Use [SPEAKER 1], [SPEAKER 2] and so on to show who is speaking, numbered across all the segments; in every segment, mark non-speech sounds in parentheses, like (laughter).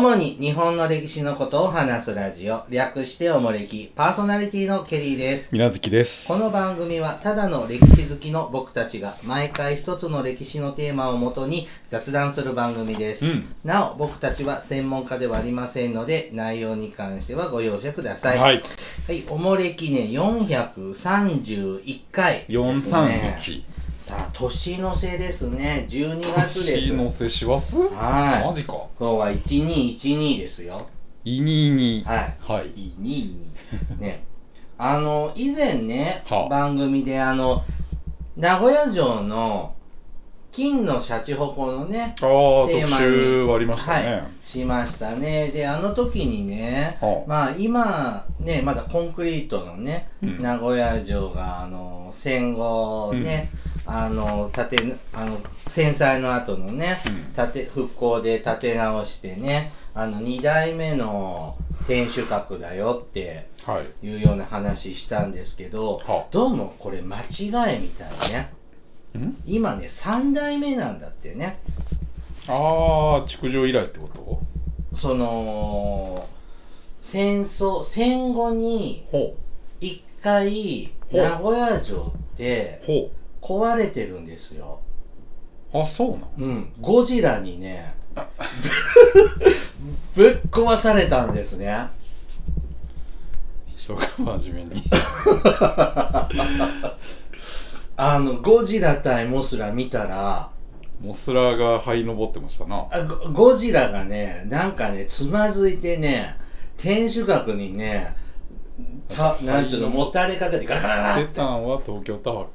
[SPEAKER 1] 本の歴史のことを話すラジオ略しておもれきパーソナリティのケリーです
[SPEAKER 2] みなずきです。
[SPEAKER 1] この番組はただの歴史好きの僕たちが毎回一つの歴史のテーマをもとに雑談する番組です、
[SPEAKER 2] うん
[SPEAKER 1] なお僕たちは専門家ではありませんので内容に関してはご容赦くださ
[SPEAKER 2] はいい、
[SPEAKER 1] はい、おもれきね431回
[SPEAKER 2] 四
[SPEAKER 1] です
[SPEAKER 2] 三
[SPEAKER 1] ね
[SPEAKER 2] 一。
[SPEAKER 1] さあ年の瀬ですね12月です
[SPEAKER 2] 年の瀬します？
[SPEAKER 1] はい
[SPEAKER 2] マジか。
[SPEAKER 1] 今日は1212ですよ。
[SPEAKER 2] いにいに。
[SPEAKER 1] はい。
[SPEAKER 2] はい。
[SPEAKER 1] 1212。ね。あの、以前ね、
[SPEAKER 2] はあ
[SPEAKER 1] 番組であの、名古屋城の金のシャチホコのね、
[SPEAKER 2] ああ
[SPEAKER 1] テー
[SPEAKER 2] 特
[SPEAKER 1] マに
[SPEAKER 2] 集ありました
[SPEAKER 1] はい
[SPEAKER 2] ね。
[SPEAKER 1] しましたね。で、あの時にね、
[SPEAKER 2] はあ
[SPEAKER 1] まあ今ね、まだコンクリートのね、
[SPEAKER 2] うん
[SPEAKER 1] 名古屋城があの、戦後ね、あの、建て、あの、戦災の後のね、
[SPEAKER 2] うん
[SPEAKER 1] 建て復興で建て直してね、あの、2代目の天守閣だよって
[SPEAKER 2] はい。
[SPEAKER 1] いうような話したんですけど、
[SPEAKER 2] はあ
[SPEAKER 1] どうもこれ間違いみたいね。
[SPEAKER 2] ん？
[SPEAKER 1] 今ね、3代目なんだってね。
[SPEAKER 2] ああ築城以来ってこと？
[SPEAKER 1] その戦争戦後に
[SPEAKER 2] ほ
[SPEAKER 1] 一回
[SPEAKER 2] ほう
[SPEAKER 1] 名古屋城って
[SPEAKER 2] うほ
[SPEAKER 1] 壊れてるんですよ、
[SPEAKER 2] う。あそうなの。
[SPEAKER 1] うん、ゴジラに (laughs) ねぶっ壊されたんですね
[SPEAKER 2] 人が真面
[SPEAKER 1] (laughs)
[SPEAKER 2] 目に。
[SPEAKER 1] あのゴジラ対モスラ見たら
[SPEAKER 2] モスラが這い登ってましたな。
[SPEAKER 1] あゴゴジラがねなんかねつまずいてね天守閣にねたなんちゅうのもたれかけてガラガラガラ
[SPEAKER 2] 出
[SPEAKER 1] って
[SPEAKER 2] たんは東京タワーか。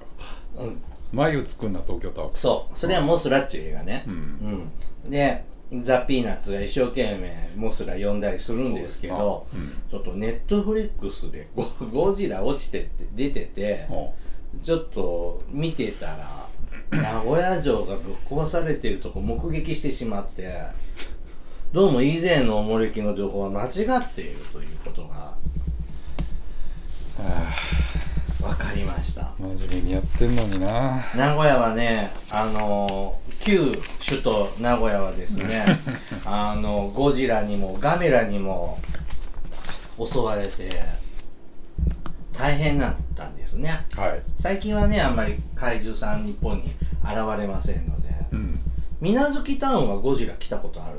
[SPEAKER 1] うん
[SPEAKER 2] 眉作んな東京タワーか。
[SPEAKER 1] そうそれはモスラっちゅう映画ね、
[SPEAKER 2] うん。
[SPEAKER 1] うん、でザ・ピーナッツが一生懸命モスラ呼んだりするんですけど
[SPEAKER 2] そうです
[SPEAKER 1] ちょっとネットフリックスでゴゴジラ落ちてって出てて
[SPEAKER 2] な。うん。は
[SPEAKER 1] ちょっと見てたら名古屋城がぶっ壊されてるとこ目撃してしまってどうも以前のおもれきの情報は間違っているということが
[SPEAKER 2] あは
[SPEAKER 1] 分かりました
[SPEAKER 2] あ真面目にやってんのにな。
[SPEAKER 1] 名古屋はね、あのー旧首都名古屋はですね、
[SPEAKER 2] (laughs)
[SPEAKER 1] あのゴジラにもガメラにも襲われて大変だったんですね。
[SPEAKER 2] はい。
[SPEAKER 1] 最近はね、あんまり怪獣さん日本に現れませんので、
[SPEAKER 2] うん。
[SPEAKER 1] 水無月タウンはゴジラ来たことあ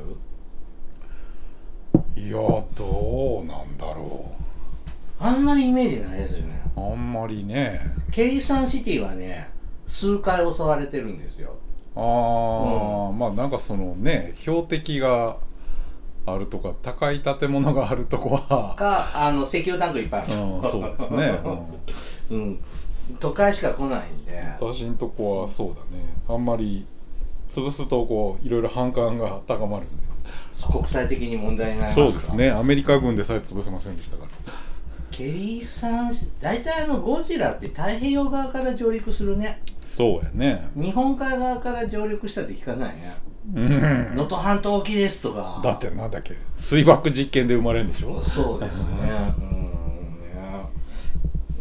[SPEAKER 1] る
[SPEAKER 2] いやどうなんだろ
[SPEAKER 1] あんまりイメージないですよね。
[SPEAKER 2] うあんまりね
[SPEAKER 1] ケリーサンシティはね、数回襲われてるんですよ。
[SPEAKER 2] あー、まあなんかそのね標的があるとか高い建物があるとこ (laughs) は
[SPEAKER 1] か、あの石油タンクいっぱいある。
[SPEAKER 2] うんそうですね、うん、
[SPEAKER 1] うん、都会しか来ないんで
[SPEAKER 2] 私んとこはそうだねあんまり潰すとこういろいろ反感が高まるんで
[SPEAKER 1] 国際的に問題になり
[SPEAKER 2] そう
[SPEAKER 1] ま
[SPEAKER 2] です
[SPEAKER 1] か
[SPEAKER 2] すねアメリカ軍でさえ潰せませんでしたから
[SPEAKER 1] ケリーさん大体あのゴジラって太平洋側から上陸するね
[SPEAKER 2] そうやね
[SPEAKER 1] 日本海側から上陸したって聞かないね
[SPEAKER 2] うん
[SPEAKER 1] 能登半島沖ですとか
[SPEAKER 2] だってなんだっけ水爆実験で生まれるんでしょ
[SPEAKER 1] そうですね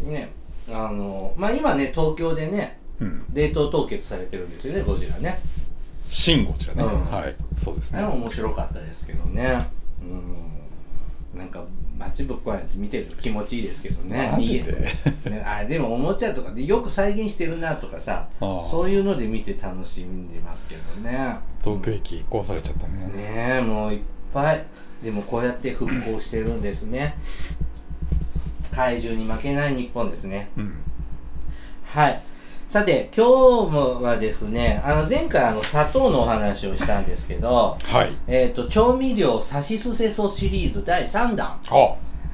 [SPEAKER 1] うんねねあのまあ今ね東京でね
[SPEAKER 2] うん
[SPEAKER 1] 冷凍凍結されてるんですよねゴジラね
[SPEAKER 2] シンゴジラね、
[SPEAKER 1] うん
[SPEAKER 2] はいそうです
[SPEAKER 1] あ
[SPEAKER 2] ね
[SPEAKER 1] れも面白かったですけどねうんなんか街ぶっ壊れて見てると気持ちいいですけどね
[SPEAKER 2] マジで
[SPEAKER 1] 逃げね、あれでもおもちゃとかでよく再現してるなとかさ
[SPEAKER 2] ああ
[SPEAKER 1] そういうので見て楽しんでますけどね
[SPEAKER 2] 東京駅壊されちゃったね
[SPEAKER 1] ねえもういっぱいでもこうやって復興してるんですね怪獣に負けない日本ですね
[SPEAKER 2] うん
[SPEAKER 1] はいさて今日もはですねあの前回あの砂糖のお話をしたんですけど
[SPEAKER 2] はい
[SPEAKER 1] えー、と調味料さしすせそシリーズ第3弾
[SPEAKER 2] あ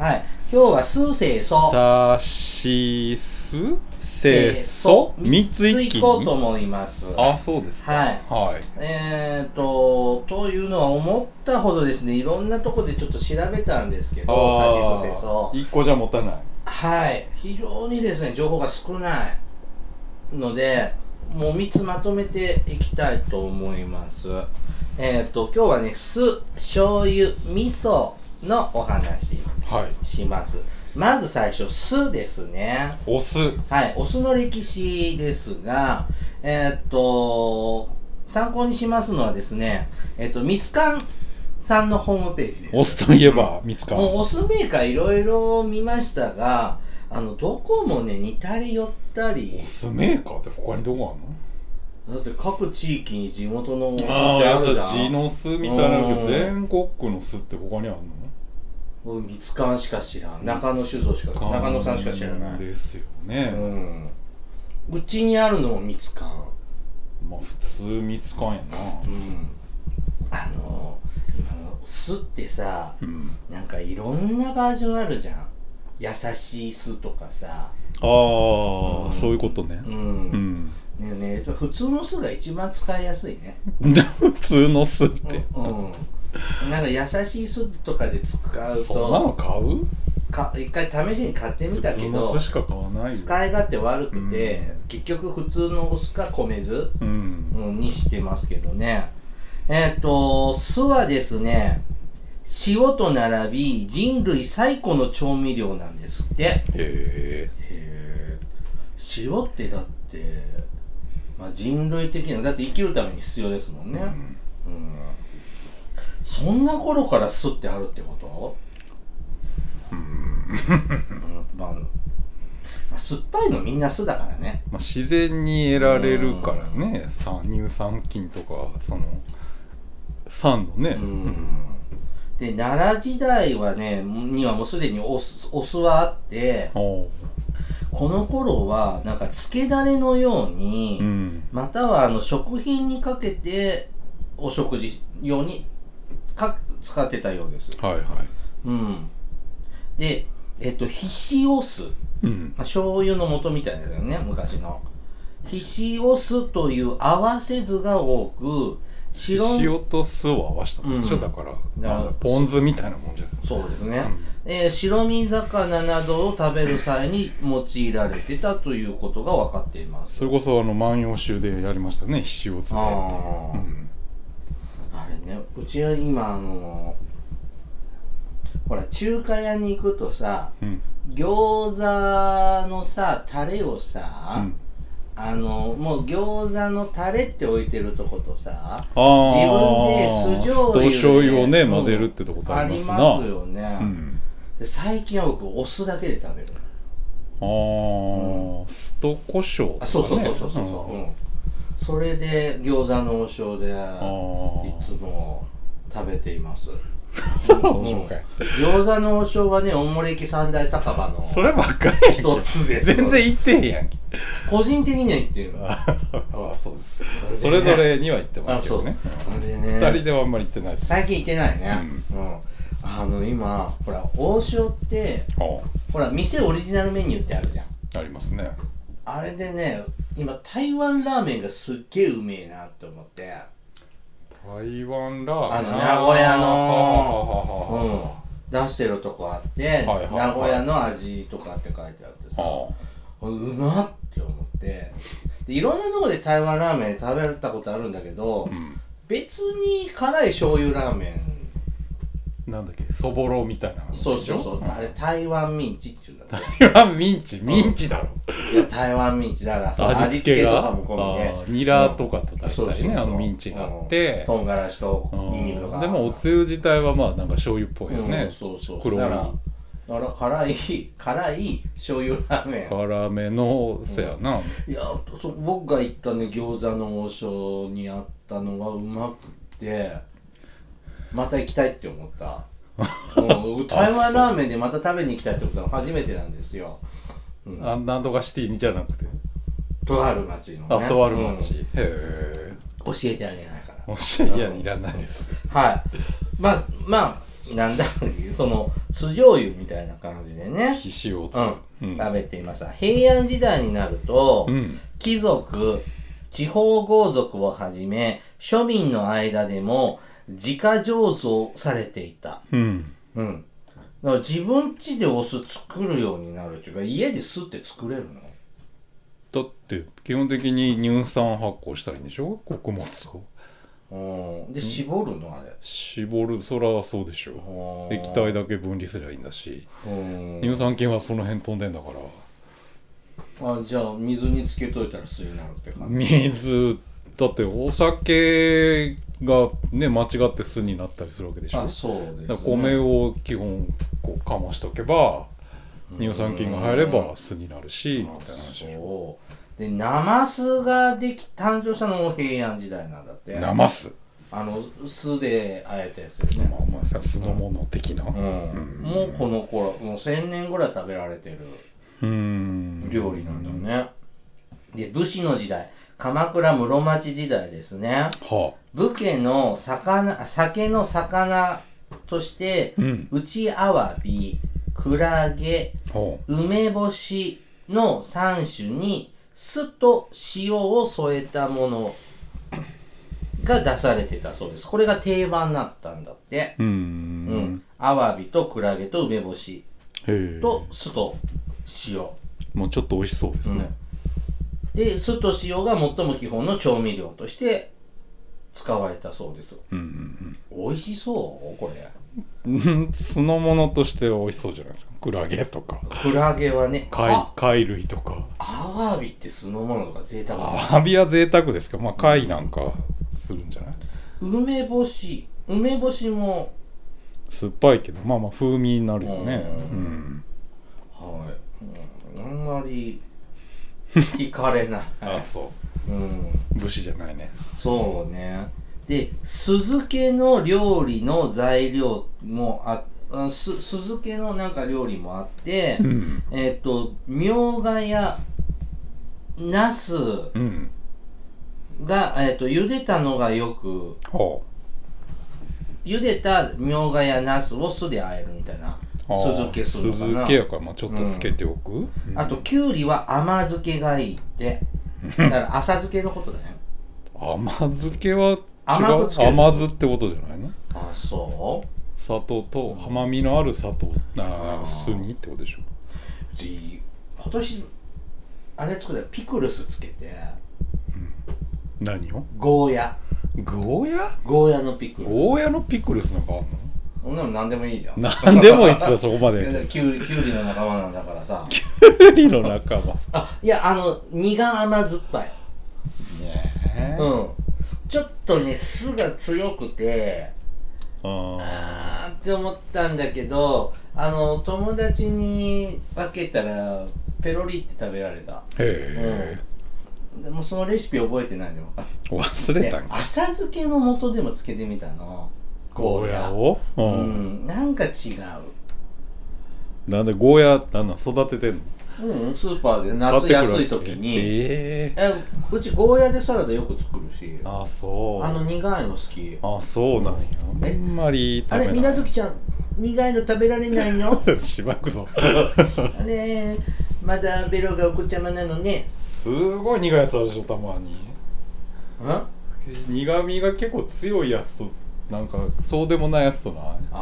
[SPEAKER 1] はい今日はすうせいそ
[SPEAKER 2] さしすせそ
[SPEAKER 1] 三
[SPEAKER 2] 三
[SPEAKER 1] つ
[SPEAKER 2] つ
[SPEAKER 1] い
[SPEAKER 2] 一気
[SPEAKER 1] こうと
[SPEAKER 2] に
[SPEAKER 1] 思います
[SPEAKER 2] あそうですか
[SPEAKER 1] はい
[SPEAKER 2] はい
[SPEAKER 1] えー、とというのは思ったほどですねいろんなとこでちょっと調べたんですけどさしすせそ
[SPEAKER 2] 1個じゃ持たない
[SPEAKER 1] はい非常にですね情報が少ないのでもう3つまとめていきたいと思いますえっ、ー、と今日はね酢醤油味噌のお話
[SPEAKER 2] はい
[SPEAKER 1] しますまず最初酢ですね
[SPEAKER 2] お酢
[SPEAKER 1] はい、お酢の歴史ですが、えーっと、参考にしますのはですね、えっと、蜜柑さんのホームページです。
[SPEAKER 2] オスといえば三つか
[SPEAKER 1] もうオスメーカーいろいろ見ましたが、あの、どこもね、似たり寄ったり
[SPEAKER 2] オ、スメーカーって他にどこ
[SPEAKER 1] だって各地域に地元のお
[SPEAKER 2] あ
[SPEAKER 1] 酢
[SPEAKER 2] ん
[SPEAKER 1] っ
[SPEAKER 2] の
[SPEAKER 1] て
[SPEAKER 2] あ
[SPEAKER 1] あるじ
[SPEAKER 2] あ
[SPEAKER 1] ゃ
[SPEAKER 2] 地
[SPEAKER 1] ん。
[SPEAKER 2] の巣みたいなの
[SPEAKER 1] うん
[SPEAKER 2] 全国区の巣って他にあんの
[SPEAKER 1] 僕、三つ館しか知らん。中野酒造しか、中野さんしか知らない。
[SPEAKER 2] ですよね、
[SPEAKER 1] うん。うちにあるのも三つ館。
[SPEAKER 2] まあ普通三つかんや
[SPEAKER 1] う
[SPEAKER 2] な
[SPEAKER 1] ん。あの、今の酢ってさ、
[SPEAKER 2] うん
[SPEAKER 1] なんかいろんなバージョンあるじゃん。優しい酢とかさ。
[SPEAKER 2] ああ、
[SPEAKER 1] うん
[SPEAKER 2] そういうことね
[SPEAKER 1] う。
[SPEAKER 2] うんん、
[SPEAKER 1] ねえねえ普通の酢が一番使いやすいね。
[SPEAKER 2] (laughs) 普通の巣って、
[SPEAKER 1] うん。なんか優しい酢とかで使う
[SPEAKER 2] そんなの
[SPEAKER 1] と、
[SPEAKER 2] 買う
[SPEAKER 1] か一回試しに買ってみた
[SPEAKER 2] 普
[SPEAKER 1] け
[SPEAKER 2] 通
[SPEAKER 1] ど
[SPEAKER 2] の、巣しか買わないよ
[SPEAKER 1] 使い勝手悪くて、結局普通のお酢か米酢、
[SPEAKER 2] う
[SPEAKER 1] うんん、にしてますけどね。えっ、と、酢はですね、塩と並び人類最古の調味料なんですって。
[SPEAKER 2] へえ
[SPEAKER 1] へー塩ってだって、まあ、人類的なだって生きるために必要ですもんね、うんそんな頃から酢ってあるってことうんまあまあ酸っぱいのみんな酢だからね
[SPEAKER 2] まあ、自然に得られるからね、さ乳酸菌とかその酸のね、
[SPEAKER 1] うんで奈良時代はねにはもうすでにお酢お酢はあって
[SPEAKER 2] おう
[SPEAKER 1] この頃はなんか漬けだれのように、
[SPEAKER 2] うん
[SPEAKER 1] またはあの食品にかけてお食事用にか使ってたようです。
[SPEAKER 2] はいはい
[SPEAKER 1] うん、で、えっと、ひしお酢、ま
[SPEAKER 2] うん
[SPEAKER 1] あ、醤油の素みたいなよね昔の。ひしお酢という合わせ酢が多く白
[SPEAKER 2] 塩と酢を合わせたもんでしょ、
[SPEAKER 1] うん
[SPEAKER 2] だから
[SPEAKER 1] だ
[SPEAKER 2] なんだポン酢みたいなもんじゃ
[SPEAKER 1] そうです
[SPEAKER 2] う
[SPEAKER 1] ね、
[SPEAKER 2] ん
[SPEAKER 1] えー白身魚などを食べる際に用いられてたということが分かっています
[SPEAKER 2] そ。れこそあの万葉集でやりましたねひ塩酢でっていう
[SPEAKER 1] あー
[SPEAKER 2] うん
[SPEAKER 1] あれねうちは今あのほら中華屋に行くとさ
[SPEAKER 2] うん
[SPEAKER 1] 餃子のさタレを
[SPEAKER 2] う
[SPEAKER 1] さ、
[SPEAKER 2] ん
[SPEAKER 1] あのもう餃子のタレって置いてるとことさ
[SPEAKER 2] あー
[SPEAKER 1] 自分で酢醤油で
[SPEAKER 2] 酢と醤油をね
[SPEAKER 1] うん
[SPEAKER 2] 混ぜるってとことあ
[SPEAKER 1] あ
[SPEAKER 2] りま
[SPEAKER 1] り
[SPEAKER 2] す
[SPEAKER 1] ま
[SPEAKER 2] な
[SPEAKER 1] すよね、
[SPEAKER 2] うん、
[SPEAKER 1] で最近は僕お酢だけで食べる
[SPEAKER 2] あー、酢と胡椒とか、ね、
[SPEAKER 1] あそうそうそうそうそうそう、うんそれで餃子の王将でい
[SPEAKER 2] ー
[SPEAKER 1] つも食べています
[SPEAKER 2] そうなんでしょうか
[SPEAKER 1] 餃子の王将はね大森駅三大酒場の
[SPEAKER 2] (laughs) そればっかりやん
[SPEAKER 1] 一つで
[SPEAKER 2] け
[SPEAKER 1] す
[SPEAKER 2] 全然言ってへんやんけ
[SPEAKER 1] 個人的には言ってる
[SPEAKER 2] あそうです
[SPEAKER 1] ね
[SPEAKER 2] それぞれには言ってますけどね
[SPEAKER 1] あれ
[SPEAKER 2] うん二人
[SPEAKER 1] ね
[SPEAKER 2] ではあんまり言ってないです
[SPEAKER 1] 最近行ってないねうん、あの今ほら王将って
[SPEAKER 2] ああ
[SPEAKER 1] ほら店オリジナルメニューってあるじゃん
[SPEAKER 2] ありますね
[SPEAKER 1] あれでね今台湾ラーメンがすっげえうめえなって思って
[SPEAKER 2] 台湾ラーメン
[SPEAKER 1] あの名古屋の
[SPEAKER 2] あーはあはあはあはあ
[SPEAKER 1] うん出してるとこあって、
[SPEAKER 2] はいはいはい
[SPEAKER 1] 名古屋の味とかって書いてあってさ
[SPEAKER 2] あ
[SPEAKER 1] うまっって思ってでいろんなとこで台湾ラーメン食べたことあるんだけど、
[SPEAKER 2] ーうん
[SPEAKER 1] 別に辛い醤油ラーメン
[SPEAKER 2] なんだっけそぼろみたいなの
[SPEAKER 1] そうそう
[SPEAKER 2] (laughs)
[SPEAKER 1] そうあれ台湾ミンチっていうんだって
[SPEAKER 2] 台湾ミンチミンチだろ
[SPEAKER 1] いや台湾ミンチだからそう
[SPEAKER 2] (laughs) 味付け
[SPEAKER 1] と
[SPEAKER 2] が
[SPEAKER 1] かも込み
[SPEAKER 2] あ
[SPEAKER 1] で
[SPEAKER 2] ーニラとかと大
[SPEAKER 1] そうそう
[SPEAKER 2] 体
[SPEAKER 1] そう
[SPEAKER 2] ねあのミンチがあって
[SPEAKER 1] うん唐辛子とニンニクと
[SPEAKER 2] う
[SPEAKER 1] か
[SPEAKER 2] んでもおつゆ自体はまあなんか醤油っぽいよ
[SPEAKER 1] う
[SPEAKER 2] ね
[SPEAKER 1] んそうそう
[SPEAKER 2] 黒い
[SPEAKER 1] だからだから辛い辛い醤油ラーメン
[SPEAKER 2] 辛めのせやな、
[SPEAKER 1] いやそ僕が行ったね餃子の王将にあったのはうまくてまた行きたいって思った
[SPEAKER 2] (laughs)
[SPEAKER 1] うん台湾ラーメンでまた食べに行きたいってことは初めてなんですよ、うん、
[SPEAKER 2] あなんとかシティじゃなくて、
[SPEAKER 1] とある町の
[SPEAKER 2] あ
[SPEAKER 1] ね
[SPEAKER 2] とある町、
[SPEAKER 1] うん
[SPEAKER 2] へえ
[SPEAKER 1] 教えてあげないから
[SPEAKER 2] もしいやいらないです
[SPEAKER 1] はいまあまあなんだろうその酢醤油みたいな感じでね、
[SPEAKER 2] 皮脂をつ
[SPEAKER 1] う
[SPEAKER 2] うん
[SPEAKER 1] ん、食べていました平安時代になると、
[SPEAKER 2] うん
[SPEAKER 1] 貴族、地方豪族をはじめ、庶民の間でも、自家醸造されていた。
[SPEAKER 2] うん
[SPEAKER 1] うん。だから自分家でお酢作るようになるっていうか、家で酢って作れるの
[SPEAKER 2] だって基本的に乳酸発酵したらいいんでしょ穀物を
[SPEAKER 1] うん。で、絞るのあれ。
[SPEAKER 2] 絞るそらそうでしょ
[SPEAKER 1] うん
[SPEAKER 2] 液体だけ分離すればいいんだし
[SPEAKER 1] うん。
[SPEAKER 2] 乳酸菌はその辺飛んでんだから
[SPEAKER 1] あ、じゃあ、水につけといたら酢になるって感じ。
[SPEAKER 2] 水だってお酒がね間違って巣になったりするわけでしょ
[SPEAKER 1] あそうです、
[SPEAKER 2] だ
[SPEAKER 1] ね、
[SPEAKER 2] から米を基本こうかましとけば乳酸菌が入れば巣になるしみたいな話でしょ
[SPEAKER 1] そうでナマスができ誕生したのも平安時代なんだって
[SPEAKER 2] なます
[SPEAKER 1] あの酢であえたやつです
[SPEAKER 2] ま
[SPEAKER 1] ね、
[SPEAKER 2] あまあさ酢の物的な
[SPEAKER 1] うん
[SPEAKER 2] うん
[SPEAKER 1] もうこの頃もう1000年ぐらい食べられてる
[SPEAKER 2] うん
[SPEAKER 1] 料理なんだよね、で武士の時代鎌倉室町時代ですね
[SPEAKER 2] は
[SPEAKER 1] 武家の魚酒の魚として
[SPEAKER 2] あうん
[SPEAKER 1] うちあわびクラゲ
[SPEAKER 2] は
[SPEAKER 1] 梅干しの3種に酢と塩を添えたものが出されてたそうですこれが定番になったんだって
[SPEAKER 2] あう
[SPEAKER 1] うんんアワビとクラゲと梅干し
[SPEAKER 2] へえ
[SPEAKER 1] と酢と塩
[SPEAKER 2] もうちょっと美味しそうですね
[SPEAKER 1] で酢と塩が最も基本の調味料として使われたそうです
[SPEAKER 2] うんうん
[SPEAKER 1] 美味しそうこれ
[SPEAKER 2] うん (laughs) 酢の物として美味しそうじゃないですかクラゲとか
[SPEAKER 1] クラゲはね
[SPEAKER 2] 貝
[SPEAKER 1] あ
[SPEAKER 2] 貝類とか
[SPEAKER 1] アワビって酢の物とか贅沢だ
[SPEAKER 2] アワビは贅沢ですけどまあ貝なんかするんじゃない
[SPEAKER 1] 梅干し梅干しも
[SPEAKER 2] 酸っぱいけどまあまあ風味になるよね
[SPEAKER 1] う
[SPEAKER 2] うんん
[SPEAKER 1] はい、うん、あんまり聞かれない
[SPEAKER 2] (laughs) あそ
[SPEAKER 1] うん
[SPEAKER 2] う武士じゃないね
[SPEAKER 1] そうねで酢漬けの料理の材料もああす酢漬けのなんか料理もあって、
[SPEAKER 2] うん
[SPEAKER 1] えっ、とみょうがやなす
[SPEAKER 2] うん
[SPEAKER 1] が、えっと茹でたのがよく
[SPEAKER 2] は
[SPEAKER 1] 茹でたみょうがやなすを酢で和えるみたいな
[SPEAKER 2] あ
[SPEAKER 1] 酢漬けするのか
[SPEAKER 2] 酢
[SPEAKER 1] な
[SPEAKER 2] 漬けやからまあちょっとつけておく、うん
[SPEAKER 1] あときゅうりは甘漬けがいい (laughs) ってだから浅漬けのことだね
[SPEAKER 2] 甘漬けは違う
[SPEAKER 1] 甘くつける
[SPEAKER 2] 甘酢ってことじゃないの
[SPEAKER 1] あそ
[SPEAKER 2] 砂糖と甘みのある砂糖あ
[SPEAKER 1] あー
[SPEAKER 2] あ酢にってことでしょ
[SPEAKER 1] うで今年あれ作ったらピクルスつけて
[SPEAKER 2] 何を
[SPEAKER 1] ゴーヤ
[SPEAKER 2] ゴーヤ
[SPEAKER 1] ゴーヤのピクルス
[SPEAKER 2] ゴーヤのピクルスなんかあんの
[SPEAKER 1] こんなの何でもいいじゃ
[SPEAKER 2] (laughs)
[SPEAKER 1] ん
[SPEAKER 2] 何でもいいっつうのそこま
[SPEAKER 1] い (laughs) やだか
[SPEAKER 2] で
[SPEAKER 1] らきゅうりきゅうりの仲間なんだからさ
[SPEAKER 2] プリの仲間
[SPEAKER 1] あいやあの苦甘酸っぱい
[SPEAKER 2] ねえ
[SPEAKER 1] うんちょっとね酢が強くて
[SPEAKER 2] あ
[SPEAKER 1] あーって思ったんだけどあの友達に分けたらペロリって食べられた
[SPEAKER 2] ーへえ
[SPEAKER 1] でもそのレシピ覚えてないんで分かんない
[SPEAKER 2] 忘れたん
[SPEAKER 1] で
[SPEAKER 2] か
[SPEAKER 1] 浅漬けの素でもつけてみたの
[SPEAKER 2] ゴーヤをう
[SPEAKER 1] うんんなんか違
[SPEAKER 2] なんでゴーヤなんなん育ててんの
[SPEAKER 1] ううんスーパーで
[SPEAKER 2] 買っ
[SPEAKER 1] 夏
[SPEAKER 2] てくる
[SPEAKER 1] 安い時に
[SPEAKER 2] ええ
[SPEAKER 1] えうちゴーヤでサラダよく作るしあ
[SPEAKER 2] あそう
[SPEAKER 1] の苦いの好き
[SPEAKER 2] あそうなんやあ
[SPEAKER 1] え
[SPEAKER 2] んまり食
[SPEAKER 1] あ
[SPEAKER 2] べない
[SPEAKER 1] れみなずきちゃん苦いの食べられないの
[SPEAKER 2] (laughs) しばくぞ
[SPEAKER 1] あれまだベロがお子ちゃまなのね
[SPEAKER 2] すごい苦いやつあるでしょたまに
[SPEAKER 1] ん
[SPEAKER 2] 苦味が結構強いやつとなんかそうでもないやつとない
[SPEAKER 1] あ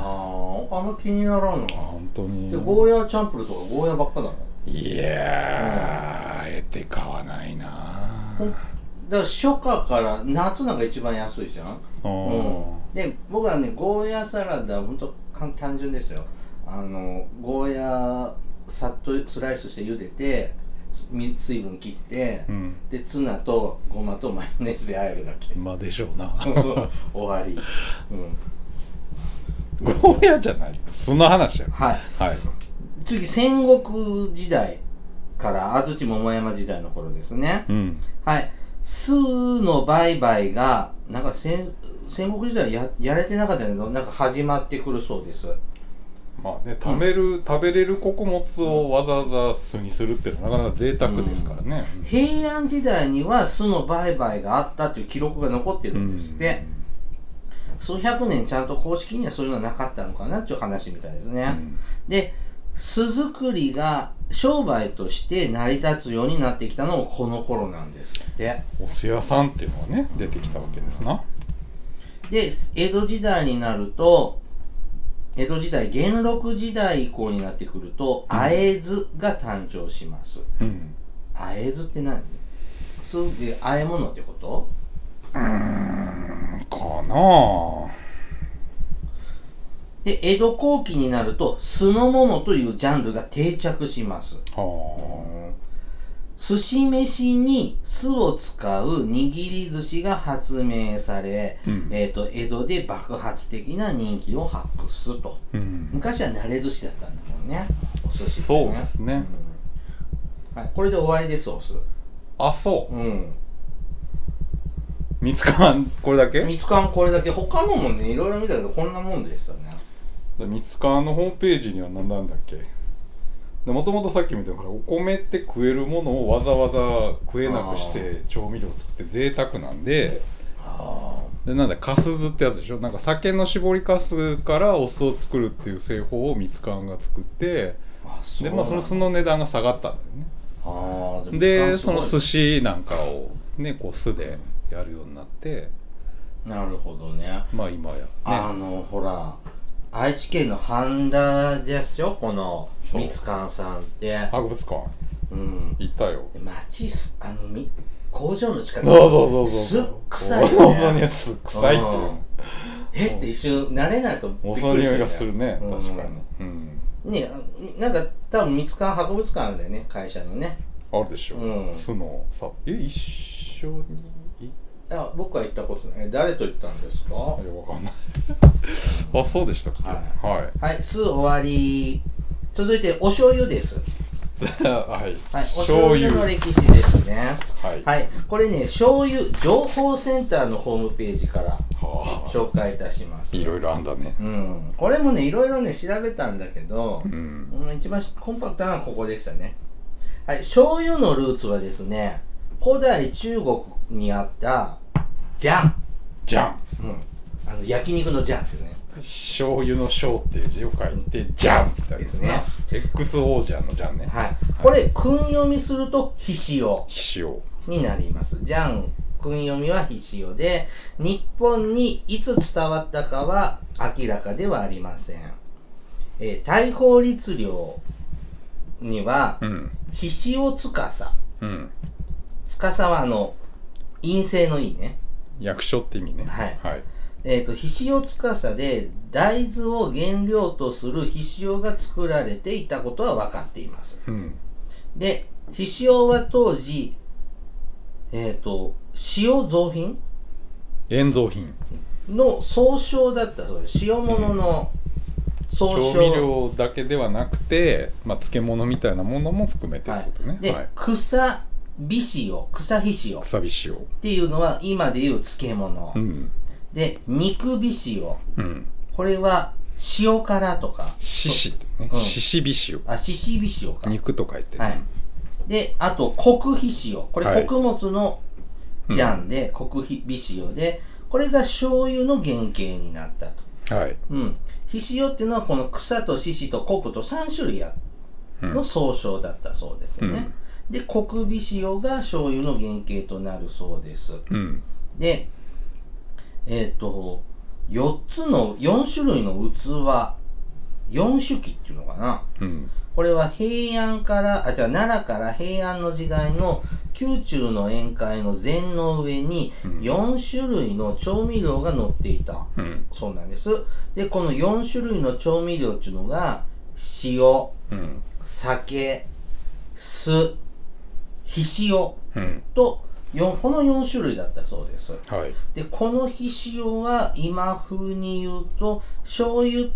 [SPEAKER 1] ーあんま気にならん
[SPEAKER 2] あ
[SPEAKER 1] の
[SPEAKER 2] 本当に
[SPEAKER 1] でゴーヤーチャンプルーとかゴーヤーばっかだもん
[SPEAKER 2] いやー、えて買わないな
[SPEAKER 1] ほんだから初夏から夏なんか一番安いじゃん
[SPEAKER 2] あー
[SPEAKER 1] で僕はねゴーヤーサラダほんと簡単純ですよあのゴーヤーさっとスライスして茹でてすみ水分切って、
[SPEAKER 2] うん、
[SPEAKER 1] でツナとごまとマヨネーズで和えるだ
[SPEAKER 2] (laughs)
[SPEAKER 1] け
[SPEAKER 2] まあでしょうな
[SPEAKER 1] 終わり、うん、
[SPEAKER 2] ゴーヤじゃないその話や
[SPEAKER 1] はい
[SPEAKER 2] はい
[SPEAKER 1] 次戦国時代から安土桃山時代の頃ですね
[SPEAKER 2] うん
[SPEAKER 1] はい酢の売買がなんか戦戦国時代ややれてなかったけどなんか始まってくるそうです
[SPEAKER 2] まあね食べる、食べれる穀物をわざわざ酢にするっていうのはなかなか贅沢ですからね、
[SPEAKER 1] 平安時代には酢の売買があったという記録が残ってるんですって、数百年ちゃんと公式にはそういうのはなかったのかなっていう話みたいですね、
[SPEAKER 2] うん
[SPEAKER 1] で酢作りが商売として成り立つようになってきたのもこの頃なんですって
[SPEAKER 2] お酢屋さんっていうのがね出てきたわけですな
[SPEAKER 1] で江戸時代になると江戸時代元禄時代以降になってくると会津が誕生します
[SPEAKER 2] うん
[SPEAKER 1] 会津って何酢で和え物ってこと
[SPEAKER 2] かな
[SPEAKER 1] で江戸後期になると酢の物というジャンルが定着します
[SPEAKER 2] あは
[SPEAKER 1] 寿司飯に酢を使う握り寿司が発明され、
[SPEAKER 2] うん
[SPEAKER 1] えっ、と、江戸で爆発的な人気を発揮すると。
[SPEAKER 2] うん、
[SPEAKER 1] 昔は慣れ寿司だったんだもんね。お寿司って、ね。
[SPEAKER 2] そうですね
[SPEAKER 1] うんはい、これで終わりです、お酢。
[SPEAKER 2] あそう
[SPEAKER 1] うん。
[SPEAKER 2] 三つかんこれだけ
[SPEAKER 1] 蜜缶これだけ、他のもね、いろいろ見たけど、こんなもんでしたね。
[SPEAKER 2] 三つかんのホームページには何なんだっけでもともとさっきみたいなほらお米って食えるものをわざわざ食えなくし
[SPEAKER 1] あ
[SPEAKER 2] て調味料作って贅沢なんで
[SPEAKER 1] あ
[SPEAKER 2] でなんだかす酢ってやつでしょなんか酒の搾りかすからお酢を作るっていう製法を三つかんが作って
[SPEAKER 1] あ。そう
[SPEAKER 2] で
[SPEAKER 1] なん
[SPEAKER 2] まあその酢の値段が下がったんだよね
[SPEAKER 1] ああ、
[SPEAKER 2] でその寿
[SPEAKER 1] 司。
[SPEAKER 2] 司なんかをねこう酢でやるようになって
[SPEAKER 1] なるほどね。
[SPEAKER 2] まあ今や
[SPEAKER 1] あ
[SPEAKER 2] ね
[SPEAKER 1] のほら愛知県の半田ですよこの
[SPEAKER 2] そう
[SPEAKER 1] みつかんさんって
[SPEAKER 2] 博物館
[SPEAKER 1] うん
[SPEAKER 2] 行った (laughs) よ
[SPEAKER 1] で町すあのみ工場の近く
[SPEAKER 2] そうそうそうそう
[SPEAKER 1] すっ臭い
[SPEAKER 2] (laughs) お
[SPEAKER 1] よ、
[SPEAKER 2] 雑煮は
[SPEAKER 1] ね、
[SPEAKER 2] すっ臭いっていう
[SPEAKER 1] えって一瞬慣れないとびっ
[SPEAKER 2] お
[SPEAKER 1] く
[SPEAKER 2] 雑
[SPEAKER 1] り
[SPEAKER 2] 煮
[SPEAKER 1] する
[SPEAKER 2] がするね
[SPEAKER 1] うん
[SPEAKER 2] 確かにうん
[SPEAKER 1] ねあなんか多分みつかん博物館あるんだよね会社のね
[SPEAKER 2] あるでしょ
[SPEAKER 1] うん
[SPEAKER 2] 酢のさえ一緒に行っ
[SPEAKER 1] あ僕は行ったことないえ誰と行ったんですか
[SPEAKER 2] たよわかん (laughs) ないあそうでしたっけ
[SPEAKER 1] はい
[SPEAKER 2] は
[SPEAKER 1] はい酢終わり続いてお醤油です
[SPEAKER 2] い (laughs) はい
[SPEAKER 1] はい、お
[SPEAKER 2] 醤
[SPEAKER 1] 醤油の
[SPEAKER 2] 油
[SPEAKER 1] 歴史ですね。
[SPEAKER 2] はい
[SPEAKER 1] はい、これね、醤油情報センターのホームページから
[SPEAKER 2] は
[SPEAKER 1] 紹介いたします。
[SPEAKER 2] あいろいろあんだね
[SPEAKER 1] うん、これもね、いろいろね、調べたんだけど
[SPEAKER 2] う、ん
[SPEAKER 1] うん、一番コンパクトなのはここでしたね。はい、醤油のルーツはですね、古代中国にあった、ジャン。
[SPEAKER 2] じゃん
[SPEAKER 1] うん。あの、焼肉のジャンですね。
[SPEAKER 2] 醤油の醤っていう字を書いて、じゃんみたいなですね。XO じゃんのじゃんね。い。
[SPEAKER 1] はい。これ、訓読みすると、ひしお。
[SPEAKER 2] ひ塩。
[SPEAKER 1] になります。ジャン訓読みは必死よで、日本にいつ伝わったかは明らかではありません。えー大法律令には、
[SPEAKER 2] うん。
[SPEAKER 1] 必死を司。
[SPEAKER 2] うん。
[SPEAKER 1] 司はあの、陰性のいいね。
[SPEAKER 2] 役所って意味ね。
[SPEAKER 1] はい
[SPEAKER 2] はい。
[SPEAKER 1] えっ、と、必死を司で、大豆を原料とする必死用が作られていたことは分かっています。
[SPEAKER 2] うん。
[SPEAKER 1] で、必死用は当時、えっ、と、塩造品
[SPEAKER 2] 塩蔵品。
[SPEAKER 1] の総称だったそうです塩物の総
[SPEAKER 2] 調
[SPEAKER 1] 称、
[SPEAKER 2] 味料だけではなくて、まあ、漬物みたいなものも含めてってこと
[SPEAKER 1] はい、
[SPEAKER 2] ね。
[SPEAKER 1] で、
[SPEAKER 2] はい。
[SPEAKER 1] 草美塩草皮塩っ
[SPEAKER 2] くさび塩。
[SPEAKER 1] ていうのは今でいう漬物、
[SPEAKER 2] うん。
[SPEAKER 1] で肉美塩
[SPEAKER 2] うん。
[SPEAKER 1] これは塩辛とか
[SPEAKER 2] ししってね。
[SPEAKER 1] うん
[SPEAKER 2] ししび塩。
[SPEAKER 1] あしし美塩か
[SPEAKER 2] 肉と書いて。
[SPEAKER 1] はい。であと黒皮塩こ
[SPEAKER 2] は
[SPEAKER 1] れ
[SPEAKER 2] い
[SPEAKER 1] 穀物のジャンで、黒皮美塩でこれが醤油の原型になったと
[SPEAKER 2] はい。
[SPEAKER 1] うん皮塩っていうのはこの草と獅子と黒と3種類あって
[SPEAKER 2] うん
[SPEAKER 1] の総称だったそうですね。で、国美塩が醤油の原型となるそうです。
[SPEAKER 2] うん。
[SPEAKER 1] で、えっ、と、4つの、4種類の器、4種器っていうのかな。
[SPEAKER 2] うん。
[SPEAKER 1] これは平安から、あ、じゃあ奈良から平安の時代の宮中の宴会の膳の上に
[SPEAKER 2] うん
[SPEAKER 1] 4種類の調味料が載っていた。
[SPEAKER 2] うん。
[SPEAKER 1] そうなんです。で、この4種類の調味料っていうのが、塩、
[SPEAKER 2] うん。
[SPEAKER 1] 酒、酢、ひしお
[SPEAKER 2] うん。
[SPEAKER 1] と、よんこの4種類だったそうです。
[SPEAKER 2] はい。
[SPEAKER 1] で、このひしおは今風に言うと、醤油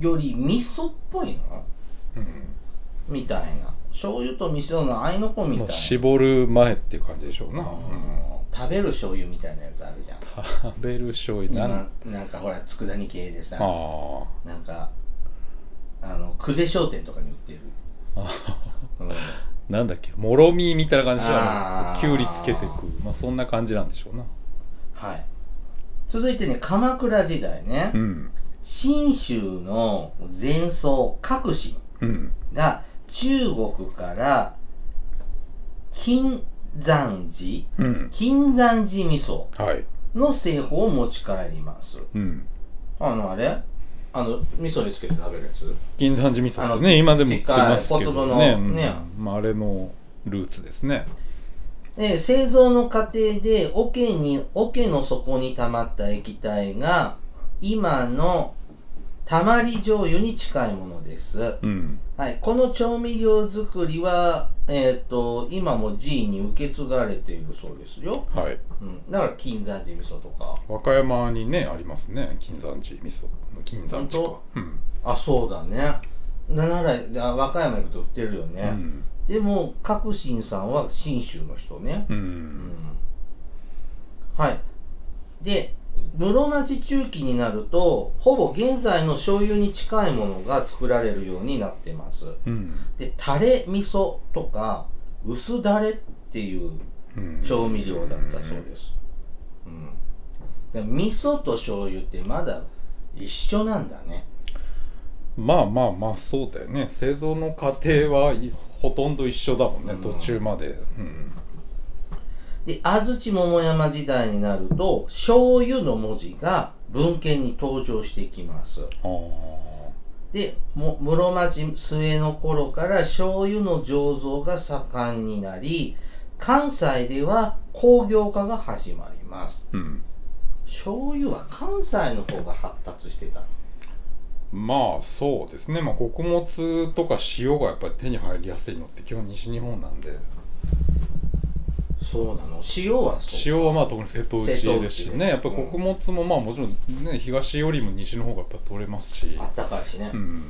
[SPEAKER 1] より味噌っぽいの
[SPEAKER 2] うん。
[SPEAKER 1] みたいな。醤油と味噌の合いの子みたい
[SPEAKER 2] も
[SPEAKER 1] うな。
[SPEAKER 2] 絞る前っていう感じでしょうな。
[SPEAKER 1] あ
[SPEAKER 2] うん
[SPEAKER 1] ー食べる醤油みたいなやつあるじゃん。
[SPEAKER 2] 食べる醤油なん
[SPEAKER 1] 今、なんかほら、佃煮系でさ、
[SPEAKER 2] あ
[SPEAKER 1] なんか、あの、久世商店とかに売ってる。うん
[SPEAKER 2] ーなんだっけもろみみたいな感じじゃ
[SPEAKER 1] あ
[SPEAKER 2] ん
[SPEAKER 1] ー
[SPEAKER 2] きゅうりつけてくまあそんな感じなんでしょうな
[SPEAKER 1] はい。続いてね、鎌倉時代ね
[SPEAKER 2] う、ん
[SPEAKER 1] 信州の前奏、各信
[SPEAKER 2] うん
[SPEAKER 1] が中国から金山寺、
[SPEAKER 2] うん
[SPEAKER 1] 金山寺味噌
[SPEAKER 2] はい
[SPEAKER 1] の製法を持ち帰ります。
[SPEAKER 2] うん
[SPEAKER 1] あの、あれあの、味噌につけて食べるやつ
[SPEAKER 2] 銀山寺味
[SPEAKER 1] あ
[SPEAKER 2] 噌っ
[SPEAKER 1] の
[SPEAKER 2] てね今でも売ってますけ
[SPEAKER 1] ちっちゃい小
[SPEAKER 2] ど
[SPEAKER 1] 粒の
[SPEAKER 2] ねうん
[SPEAKER 1] ね
[SPEAKER 2] まあ、あれのルーツですね
[SPEAKER 1] で製造の過程で桶に桶の底に溜まった液体が今のたまり醤油に近いものです。
[SPEAKER 2] うん
[SPEAKER 1] はい、この調味料作りは、えっ、と、今も G に受け継がれているそうですよ。
[SPEAKER 2] はい
[SPEAKER 1] うん、だから金山寺味噌とか。
[SPEAKER 2] 和歌山にねありますね金山寺味噌の金山寺か
[SPEAKER 1] 本
[SPEAKER 2] うん、
[SPEAKER 1] あ、そうだね。な奈良、あ和歌山行くと売ってるよ
[SPEAKER 2] う
[SPEAKER 1] ね。
[SPEAKER 2] ん
[SPEAKER 1] でも、革新さんは信州の人ね。
[SPEAKER 2] う、
[SPEAKER 1] うんん。はい。で、室町中期になると、ほぼ現在の醤油に近いものが作られるようになってます。
[SPEAKER 2] うん
[SPEAKER 1] で、タレ味噌とか、薄だれっていう
[SPEAKER 2] うん
[SPEAKER 1] 調味料だったそうです。うん。で味噌と醤油ってまだ一緒なんだね。
[SPEAKER 2] まあまあまあそうだよね製造の過程はいほとんど一緒だもんね、
[SPEAKER 1] うん
[SPEAKER 2] 途中までうん
[SPEAKER 1] で、安土桃山時代になると、醤油の文字が文献に登場してきます。
[SPEAKER 2] ああ
[SPEAKER 1] で、も室町末の頃から醤油の醸造が盛んになり、関西では工業化が始まります。
[SPEAKER 2] うん
[SPEAKER 1] 醤油は関西の方が発達してたの。
[SPEAKER 2] まあそうですねまあ穀物とか塩がやっぱり手に入りやすいのって基本西日本なんで
[SPEAKER 1] そうなの。塩はそう。
[SPEAKER 2] 塩はまあ特に瀬戸
[SPEAKER 1] 瀬戸
[SPEAKER 2] 内
[SPEAKER 1] 内
[SPEAKER 2] ですしねやっぱ
[SPEAKER 1] うん
[SPEAKER 2] 穀物もまあもちろんね東よりも西の方がやっぱ取れますし
[SPEAKER 1] あったかいしね。
[SPEAKER 2] うん
[SPEAKER 1] うん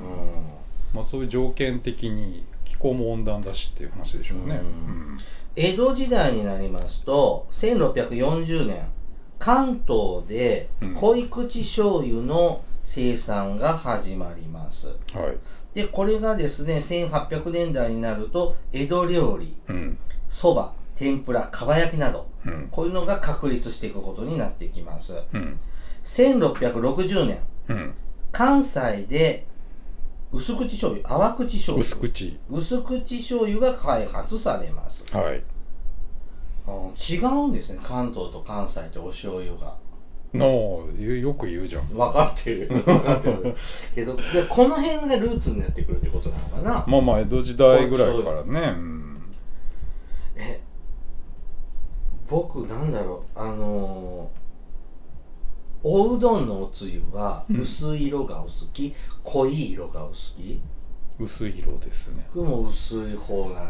[SPEAKER 2] まあそういう条件的に気候も温暖だしっていう話でしょうね
[SPEAKER 1] うん江戸時代になりますと1640年関東で
[SPEAKER 2] うん
[SPEAKER 1] 濃い口醤油の生産が始まります、
[SPEAKER 2] うんはい
[SPEAKER 1] でこれがですね1800年代になると江戸料理
[SPEAKER 2] うん
[SPEAKER 1] そば天ぷらかば焼きなど
[SPEAKER 2] うん
[SPEAKER 1] こういうのが確立していくことになってきます
[SPEAKER 2] うん
[SPEAKER 1] 1660年
[SPEAKER 2] うん
[SPEAKER 1] 関西で薄口醤油淡口醤油
[SPEAKER 2] 薄口
[SPEAKER 1] 薄口醤油が開発されます
[SPEAKER 2] はい
[SPEAKER 1] あの違うんですね関東と関西とお醤油が
[SPEAKER 2] のよく言うじゃん
[SPEAKER 1] 分かってる分かってるけどでこの辺がルーツになってくるってことなのかな
[SPEAKER 2] まあまあ江戸時代ぐらいからねうん
[SPEAKER 1] え僕なんだろうあのーおうどんのおつゆは
[SPEAKER 2] うん
[SPEAKER 1] 薄い色がお好き、濃い色がお好き
[SPEAKER 2] 薄い色ですね
[SPEAKER 1] 僕も薄い方な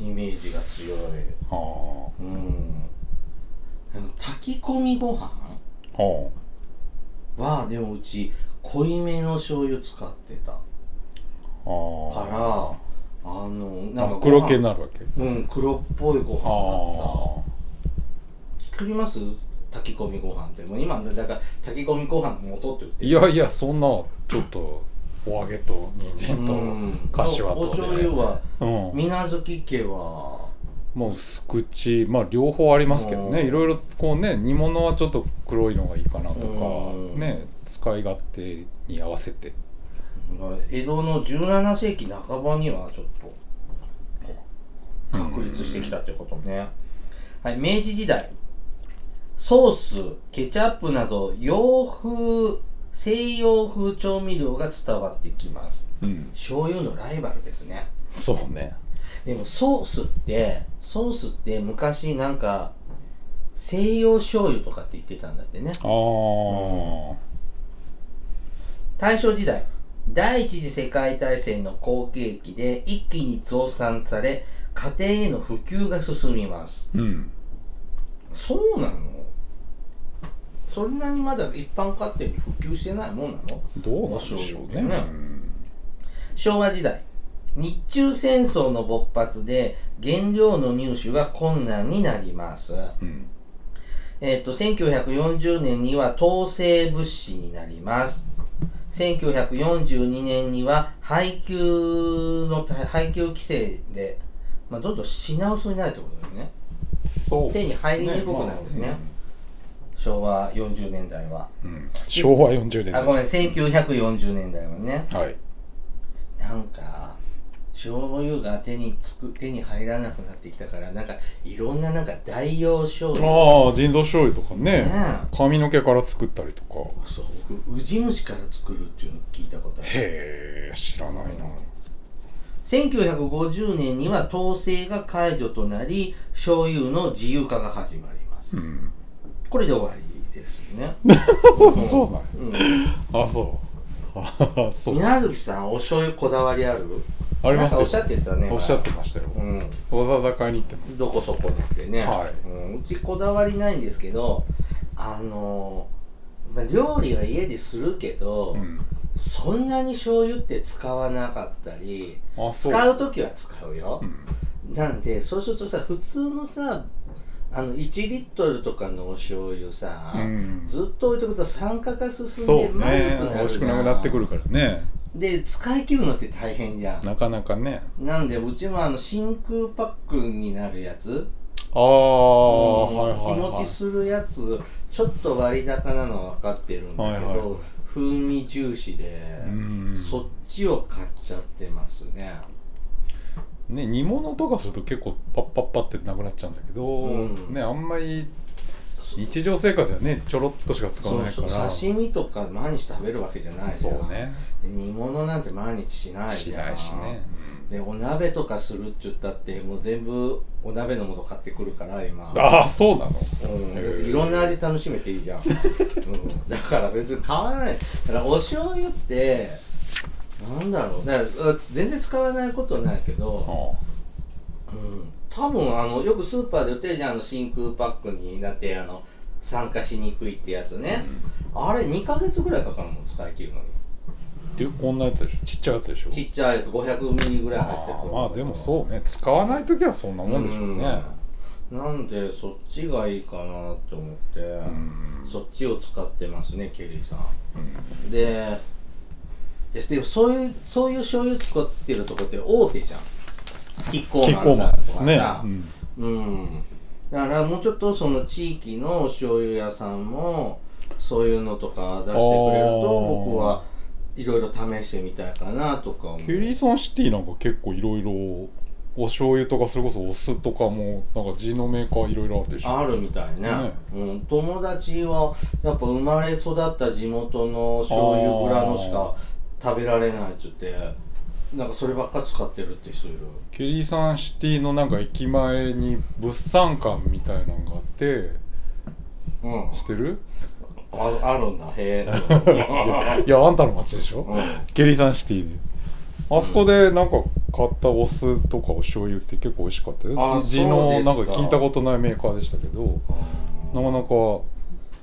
[SPEAKER 1] イメージが強い
[SPEAKER 2] あ
[SPEAKER 1] う
[SPEAKER 2] あ
[SPEAKER 1] んあの炊き込みご飯
[SPEAKER 2] ああ
[SPEAKER 1] はでもうち濃いめの醤油使ってたか
[SPEAKER 2] あ
[SPEAKER 1] らあのなんか
[SPEAKER 2] あ黒系
[SPEAKER 1] ご
[SPEAKER 2] に
[SPEAKER 1] 飯
[SPEAKER 2] なるわけ
[SPEAKER 1] うん黒っぽいご飯
[SPEAKER 2] あ
[SPEAKER 1] だ
[SPEAKER 2] あ
[SPEAKER 1] った作ります炊き込みご飯ってもう今だから炊き込みご飯の元って
[SPEAKER 2] い
[SPEAKER 1] 言って
[SPEAKER 2] やいやそんなちょっとお揚げと人参と
[SPEAKER 1] うん
[SPEAKER 2] かしわと
[SPEAKER 1] お醤油は
[SPEAKER 2] うん、
[SPEAKER 1] 水無月家は
[SPEAKER 2] もう薄口まあ両方ありますけど
[SPEAKER 1] う
[SPEAKER 2] ね
[SPEAKER 1] ん
[SPEAKER 2] いろいろこうね煮物はちょっと黒いのがいいかなと
[SPEAKER 1] うん
[SPEAKER 2] かね使い勝手に合わせて
[SPEAKER 1] 江戸の17世紀半ばにはちょっと確立してきたってことね、はい、明治時代ソースケチャップなど洋風西洋風調味料が伝わってきます
[SPEAKER 2] うん
[SPEAKER 1] 醤油のライバルですね
[SPEAKER 2] そうね
[SPEAKER 1] でもソースってソースって昔なんか西洋醤油とかって言ってたんだってね
[SPEAKER 2] ああ
[SPEAKER 1] 大正時代第一次世界大戦の好景気で一気に増産され家庭への普及が進みます
[SPEAKER 2] うん
[SPEAKER 1] そうなのそんなにまだ一般家庭に普及してないもんなの
[SPEAKER 2] どうなんでしょうね
[SPEAKER 1] ね
[SPEAKER 2] うん
[SPEAKER 1] 昭和時代日中戦争の勃発で原料の入手が困難になります
[SPEAKER 2] うん
[SPEAKER 1] えっ、と、1940年には統制物資になります。1942年には配給の、配給規制で、まあ、どんどん品薄になるってことですね。
[SPEAKER 2] そうですね
[SPEAKER 1] 手に入りにくくなるんですね
[SPEAKER 2] まあ
[SPEAKER 1] 昭和40年代は。
[SPEAKER 2] うん昭和40年代
[SPEAKER 1] あ、ごめん、1940年代はね。
[SPEAKER 2] はい
[SPEAKER 1] なんか、醤油が手につく、手に入らなくなってきたから、なんか、いろんななんか代用醤油。
[SPEAKER 2] ああ人造醤油とかね
[SPEAKER 1] ね
[SPEAKER 2] 髪の毛から作ったりとか
[SPEAKER 1] そう、僕、ウジ虫から作るっていうの聞いたことある。
[SPEAKER 2] へえ知らないな
[SPEAKER 1] 1950年には統制が解除となり醤油の自由化が始まります、
[SPEAKER 2] うん
[SPEAKER 1] これで終わりですよね
[SPEAKER 2] (laughs) そうなんや
[SPEAKER 1] うん、
[SPEAKER 2] あそああそう
[SPEAKER 1] 宮崎さんお醤油こだわりある
[SPEAKER 2] ありま
[SPEAKER 1] なんかおっ
[SPEAKER 2] す
[SPEAKER 1] しゃ
[SPEAKER 2] よ
[SPEAKER 1] ってたね
[SPEAKER 2] おっしゃってましたよ
[SPEAKER 1] うん
[SPEAKER 2] わざわざ買いに行ってます
[SPEAKER 1] どこそこにってね、
[SPEAKER 2] はい
[SPEAKER 1] うん、うちこだわりないんですけどあのまあ料理は家でするけど、
[SPEAKER 2] うん
[SPEAKER 1] そんなに醤油って使わなかったり
[SPEAKER 2] あそう
[SPEAKER 1] 使う時は使うよ
[SPEAKER 2] う、ん
[SPEAKER 1] なんでそうするとさ普通のさあの1リットルとかのお醤油さ、
[SPEAKER 2] うん
[SPEAKER 1] ずっと置いておくと酸化が進ん
[SPEAKER 2] そう
[SPEAKER 1] でまずくな
[SPEAKER 2] ね
[SPEAKER 1] るじゃん
[SPEAKER 2] 美味しくなくなってくるからね
[SPEAKER 1] で使い切るのって大変じゃん
[SPEAKER 2] なかなかね
[SPEAKER 1] なんでうちもあの真空パックになるやつ
[SPEAKER 2] ああ、
[SPEAKER 1] うん
[SPEAKER 2] はいはい
[SPEAKER 1] 日
[SPEAKER 2] は
[SPEAKER 1] 持
[SPEAKER 2] い
[SPEAKER 1] ちするやつちょっと割高なの分かってるんだけど、
[SPEAKER 2] はいはい
[SPEAKER 1] 風味重視で、
[SPEAKER 2] うん
[SPEAKER 1] そっちを買っちゃってますね
[SPEAKER 2] ね煮物とかすると結構パッパッパってなくなっちゃうんだけど、
[SPEAKER 1] うん
[SPEAKER 2] ねあんまり
[SPEAKER 1] そ
[SPEAKER 2] 日常生活ではねちょろっとしか使わないか
[SPEAKER 1] そう
[SPEAKER 2] ら
[SPEAKER 1] そう刺身とか毎日食べるわけじゃないじゃん
[SPEAKER 2] そうね
[SPEAKER 1] で煮物なんて毎日しない
[SPEAKER 2] し
[SPEAKER 1] じゃ
[SPEAKER 2] なんいしね
[SPEAKER 1] でお鍋とかするって言ったってもう全部お鍋の素買ってくるから今
[SPEAKER 2] ああそうなの
[SPEAKER 1] うん、
[SPEAKER 2] へ
[SPEAKER 1] だっ
[SPEAKER 2] ー
[SPEAKER 1] ていろんな味楽しめていいじゃん、う
[SPEAKER 2] (laughs)
[SPEAKER 1] ん、だから別に買わないだからお醤油ってなんだろうだからあ全然使わないことないけど、う
[SPEAKER 2] あ
[SPEAKER 1] ん、多分あのよくスーパーで売ってるじゃんあの真空パックになってあの酸化しにくいってやつ
[SPEAKER 2] あ
[SPEAKER 1] ね
[SPEAKER 2] う、ん
[SPEAKER 1] あれ2ヶ月ぐらいかかるもん使い切るのに
[SPEAKER 2] でこんなやつでしょちっちゃいやつでしょ
[SPEAKER 1] ちっちゃいやつ500ミリぐらい入ってる
[SPEAKER 2] ああまあでもそうね使わない時はそんなもんでしょうね
[SPEAKER 1] うんなんでそっちがいいかなって思って、
[SPEAKER 2] うん
[SPEAKER 1] そっちを使ってますねケリーさん
[SPEAKER 2] うん
[SPEAKER 1] でいやでもそういうそういう醤油作ってるとこって大手じゃんキッコ
[SPEAKER 2] キッコ
[SPEAKER 1] ー
[SPEAKER 2] ー
[SPEAKER 1] マンさん
[SPEAKER 2] マンで
[SPEAKER 1] と
[SPEAKER 2] す
[SPEAKER 1] か
[SPEAKER 2] ね
[SPEAKER 1] さ、
[SPEAKER 2] うん
[SPEAKER 1] うんだからもうちょっとその地域のお醤油屋さんもそういうのとか出してくれる
[SPEAKER 2] あ
[SPEAKER 1] と
[SPEAKER 2] ー
[SPEAKER 1] 僕はいろいろ試してみたいかなとか思う
[SPEAKER 2] ケリーソンシティなんか結構いろいろお醤油とかそれこそお酢とかもなんか地のメーカーいろいろあるでしょ
[SPEAKER 1] あるみたいね
[SPEAKER 2] ね
[SPEAKER 1] うん、友達はやっぱ生まれ育った地元の醤油蔵のしか食べられないっつってなんかそればっか使ってるって人いる
[SPEAKER 2] ケリーソンシティのなんか駅前に物産館みたいなのがあって
[SPEAKER 1] うん
[SPEAKER 2] 知って
[SPEAKER 1] (laughs)
[SPEAKER 2] る
[SPEAKER 1] ああるんだへえ
[SPEAKER 2] いやあんたの街でしょ
[SPEAKER 1] う
[SPEAKER 2] ケリーソンシティであそこでなんか買ったお酢とかお醤油って結構美味しかった
[SPEAKER 1] あ
[SPEAKER 2] よ地の
[SPEAKER 1] そ
[SPEAKER 2] な
[SPEAKER 1] うで
[SPEAKER 2] ん
[SPEAKER 1] す
[SPEAKER 2] か
[SPEAKER 1] か
[SPEAKER 2] 聞いたことないメーカーでしたけどなんかなか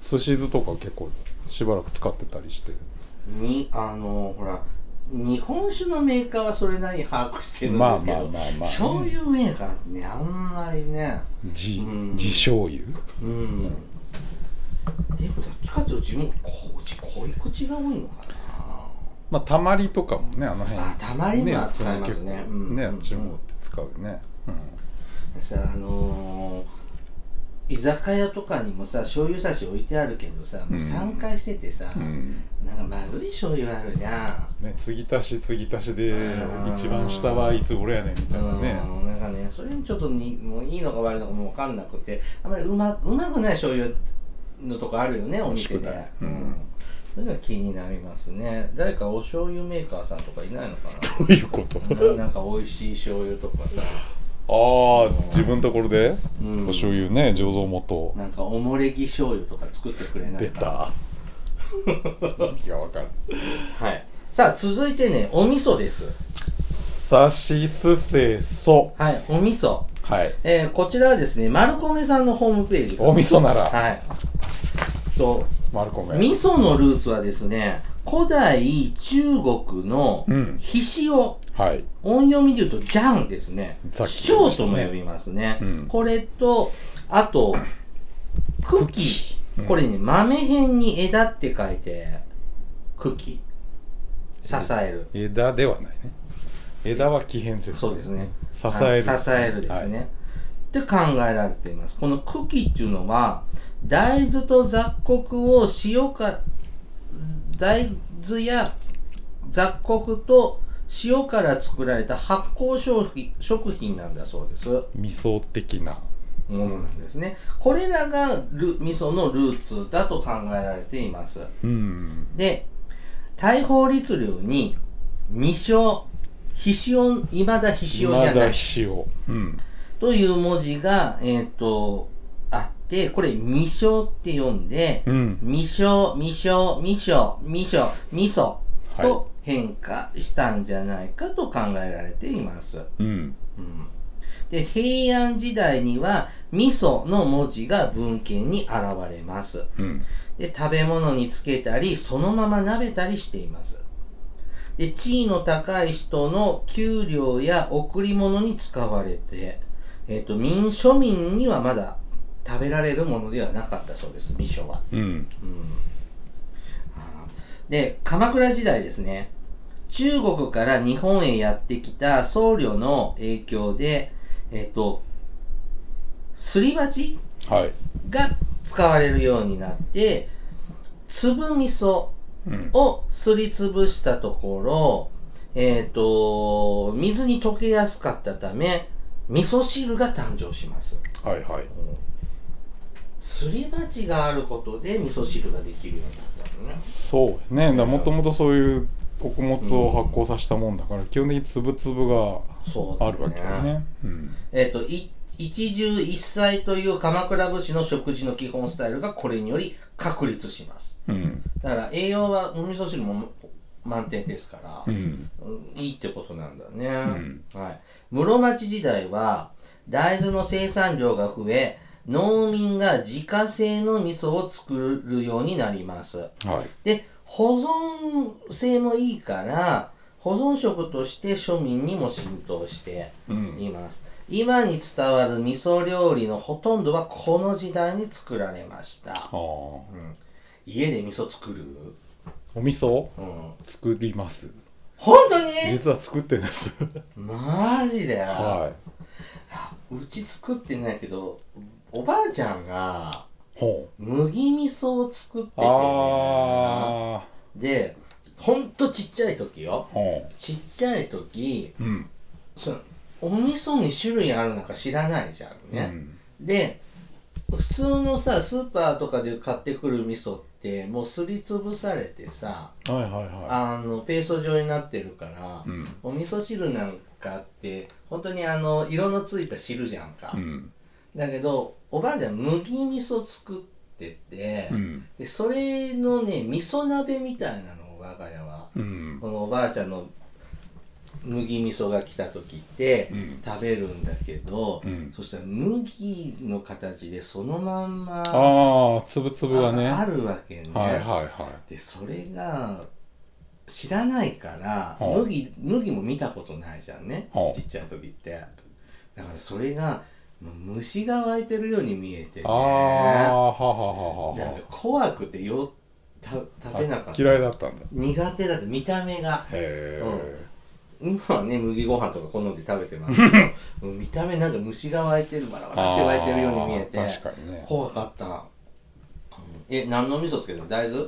[SPEAKER 2] 寿司酢とか結構しばらく使ってたりして
[SPEAKER 1] にあのほら日本酒のメーカーはそれなりに把握してるんですけど、
[SPEAKER 2] まあまあまあまあ
[SPEAKER 1] 醤油メーカーってねあんまりね
[SPEAKER 2] 地
[SPEAKER 1] うん
[SPEAKER 2] 地醤油
[SPEAKER 1] うんでもどっちかっていうと自分こうち濃い口が多いのかな
[SPEAKER 2] まあたまりとかもねあの辺
[SPEAKER 1] あたまりも使いますね
[SPEAKER 2] ね
[SPEAKER 1] うんうん
[SPEAKER 2] ねあっちの方って使うね
[SPEAKER 1] さあのー居酒屋とかにもさ醤油差し置いてあるけどさ、もう散開しててさ、
[SPEAKER 2] うん、うん
[SPEAKER 1] なんかまずい醤油あるじゃん
[SPEAKER 2] ね継ぎ足し継ぎ足しで
[SPEAKER 1] うん
[SPEAKER 2] 一番下はいつ頃やねんみたいなね
[SPEAKER 1] うんなんかねそれにちょっとにもういいのか悪いのかもう分かんなくてあんまりうまうまくない醤油のとこあるよねお店
[SPEAKER 2] 美味しくな
[SPEAKER 1] で
[SPEAKER 2] い、
[SPEAKER 1] う
[SPEAKER 2] うん
[SPEAKER 1] ん、それが気になりますね誰かお醤油メーカーさんとかいないのか
[SPEAKER 2] (laughs) どういうこと
[SPEAKER 1] なななんか美味しい醤油とかさ、
[SPEAKER 2] ああ自分のところで
[SPEAKER 1] うん
[SPEAKER 2] お醤油ね醸造元
[SPEAKER 1] なんかおもれぎ醤油とか作ってくれない
[SPEAKER 2] 出
[SPEAKER 1] か
[SPEAKER 2] たいやわかる
[SPEAKER 1] なはいさあ続いてねお味噌です
[SPEAKER 2] さしすせそ
[SPEAKER 1] はいお味噌
[SPEAKER 2] はい
[SPEAKER 1] えー、こちらはですねマルコメさんのホームページ
[SPEAKER 2] お味噌なら
[SPEAKER 1] はいと
[SPEAKER 2] マルコメ
[SPEAKER 1] 味噌のルーツはですね、古代中国の
[SPEAKER 2] うん
[SPEAKER 1] ひしお、
[SPEAKER 2] はい
[SPEAKER 1] 音読みで言うとジャンですね。
[SPEAKER 2] さっき
[SPEAKER 1] ショーとも呼びますね。
[SPEAKER 2] うん
[SPEAKER 1] これと、あと、茎
[SPEAKER 2] うん
[SPEAKER 1] これね、豆辺に枝って書いて、茎支える。
[SPEAKER 2] 枝ではないね枝は奇変説
[SPEAKER 1] そうですね。
[SPEAKER 2] 支える
[SPEAKER 1] はい支えるですね。って考えられています。この茎っていうのは、大豆と雑穀を塩か、大豆や雑穀と塩から作られた発酵食品食品なんだそうです。も
[SPEAKER 2] 味噌的な
[SPEAKER 1] のなんですね。これらがル味噌のルーツだと考えられています。
[SPEAKER 2] うん
[SPEAKER 1] で、大法律令に、未生、非塩、未だ非塩
[SPEAKER 2] い
[SPEAKER 1] じ
[SPEAKER 2] ま
[SPEAKER 1] ゃな
[SPEAKER 2] だ
[SPEAKER 1] い。
[SPEAKER 2] ひ塩うん
[SPEAKER 1] という文字が、えっ、と、あって、これ、未生って読んで、
[SPEAKER 2] うん
[SPEAKER 1] 未生、未生、未生、未生、未噌、
[SPEAKER 2] は
[SPEAKER 1] と変化したんじゃないかと考えられています。
[SPEAKER 2] い。うん。
[SPEAKER 1] うんで平安時代には味噌の文字が文献に現れます
[SPEAKER 2] うん。
[SPEAKER 1] で食べ物につけたりそのまま鍋たりしていますで地位の高い人の給料や贈り物に使われて、えっと民庶民にはまだ食べられるものではなかったそうです味噌は
[SPEAKER 2] うん。
[SPEAKER 1] うんあーで鎌倉時代ですね中国から日本へやってきた僧侶の影響でえっ、とすり鉢
[SPEAKER 2] はい。
[SPEAKER 1] が使われるようになって粒味噌
[SPEAKER 2] うん。
[SPEAKER 1] をすりつぶしたところえっ、と水に溶けやすかったため味噌汁が誕生します
[SPEAKER 2] はいはい。
[SPEAKER 1] すり鉢があることで味噌汁ができるようになったのね
[SPEAKER 2] そうやね。だもともとそういう穀物を発酵させたもんだから、基本的に粒々
[SPEAKER 1] そう
[SPEAKER 2] が
[SPEAKER 1] だ
[SPEAKER 2] あるわけだよ。ね。うん。
[SPEAKER 1] えっ、と、い一汁一菜という鎌倉武士の食事の基本スタイルがこれにより確立します。
[SPEAKER 2] うん。
[SPEAKER 1] だから栄養はお味噌汁も満点ですから、
[SPEAKER 2] うん。
[SPEAKER 1] うんいいってことなんだね。
[SPEAKER 2] ん
[SPEAKER 1] はい、室町時代は大豆の生産量が増え、農民が自家製の味噌を作るようになります。
[SPEAKER 2] はい。
[SPEAKER 1] で保存性もいいから保存食として庶民にも浸透しています、今に伝わる味噌料理のほとんどはこの時代に作られました
[SPEAKER 2] ああ。お
[SPEAKER 1] 家で味噌作る
[SPEAKER 2] 味噌を
[SPEAKER 1] うん
[SPEAKER 2] 作ります。
[SPEAKER 1] 本当に
[SPEAKER 2] 実は作ってるんです。
[SPEAKER 1] マジで、
[SPEAKER 2] は
[SPEAKER 1] うち作ってないけどおばあちゃんが
[SPEAKER 2] い。ほう。
[SPEAKER 1] 麦味噌を作ってて、ね、
[SPEAKER 2] ああ。
[SPEAKER 1] でほんとちっちゃい時よ
[SPEAKER 2] ほ
[SPEAKER 1] ちっちゃい時
[SPEAKER 2] う。うん。
[SPEAKER 1] そのお味噌に種類あるのか知らないじゃん
[SPEAKER 2] う
[SPEAKER 1] ね、
[SPEAKER 2] ん
[SPEAKER 1] で普通のさスーパーとかで買ってくる味噌ってもうすりつぶされてさ
[SPEAKER 2] はいはいは
[SPEAKER 1] あのペースト状になってるから、
[SPEAKER 2] い。うん。
[SPEAKER 1] お味噌汁なんかって本当にあの色のついた汁じゃんか、
[SPEAKER 2] うん。
[SPEAKER 1] だけどおばあちゃん麦味噌作ってて、
[SPEAKER 2] うん。
[SPEAKER 1] でそれのね味噌鍋みたいなのを我が家は
[SPEAKER 2] うん。
[SPEAKER 1] このおばあちゃんの麦味噌が来た時って、
[SPEAKER 2] うん
[SPEAKER 1] 食べるんだけど、
[SPEAKER 2] うん
[SPEAKER 1] そしたら麦の形でそのまんまあ
[SPEAKER 2] ああ、つぶつぶがね。
[SPEAKER 1] あ
[SPEAKER 2] は
[SPEAKER 1] るわけね、
[SPEAKER 2] いはいは
[SPEAKER 1] でそれが知らないから、
[SPEAKER 2] はあ
[SPEAKER 1] 麦麦も見たことないじゃんね、
[SPEAKER 2] はあ
[SPEAKER 1] ちっちゃい時ってだからそれがもう虫が湧いてるように見えて、
[SPEAKER 2] い。
[SPEAKER 1] ね、
[SPEAKER 2] ああ、ははは
[SPEAKER 1] なんか
[SPEAKER 2] は
[SPEAKER 1] 怖くてよた食べなか
[SPEAKER 2] は
[SPEAKER 1] っ。た
[SPEAKER 2] 嫌いだったんだ。
[SPEAKER 1] 苦手だって見た目が
[SPEAKER 2] へえ。
[SPEAKER 1] 今はね麦ご飯とか好んで食べてますけど
[SPEAKER 2] (laughs)
[SPEAKER 1] うん見た目なんか虫が湧いてるバラバラって湧いてるように見えて
[SPEAKER 2] あー確かに (laughs) ね。
[SPEAKER 1] 怖かった、うんえ何の味噌つけたの大豆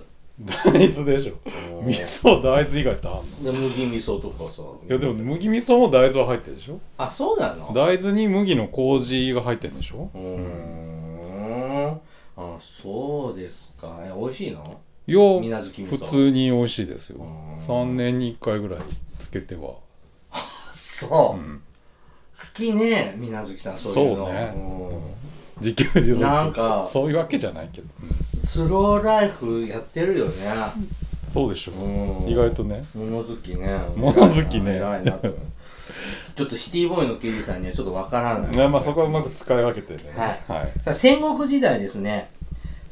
[SPEAKER 2] 大豆でしょ。味 (laughs) 噌大豆以外ってあん
[SPEAKER 1] で
[SPEAKER 2] の
[SPEAKER 1] 麦味噌とかさ
[SPEAKER 2] いやでも麦味噌も大豆は入ってるでしょ
[SPEAKER 1] あそうなの
[SPEAKER 2] 大豆に麦の麹が入ってるんでしょ
[SPEAKER 1] うーんあそうですかえ美味しいの
[SPEAKER 2] いや
[SPEAKER 1] 水無月味噌
[SPEAKER 2] 普通に美味しいです
[SPEAKER 1] う
[SPEAKER 2] よ
[SPEAKER 1] ん
[SPEAKER 2] 3年に1回ぐらいつけては
[SPEAKER 1] そう、
[SPEAKER 2] うん
[SPEAKER 1] 好きね水無月さんそういうの
[SPEAKER 2] そうね
[SPEAKER 1] うん
[SPEAKER 2] 自給自足
[SPEAKER 1] なんか
[SPEAKER 2] そういうわけじゃないけど
[SPEAKER 1] スローライフやってるよね
[SPEAKER 2] そうでしょ
[SPEAKER 1] うん
[SPEAKER 2] 意外とね
[SPEAKER 1] 物好きね
[SPEAKER 2] 物好きね
[SPEAKER 1] 偉いな偉いなと思うちょっとシティボーイのケリーさんにはちょっとわからない
[SPEAKER 2] ねまあそこはうまく使い分けてね
[SPEAKER 1] はい
[SPEAKER 2] はい
[SPEAKER 1] さあ戦国時代ですね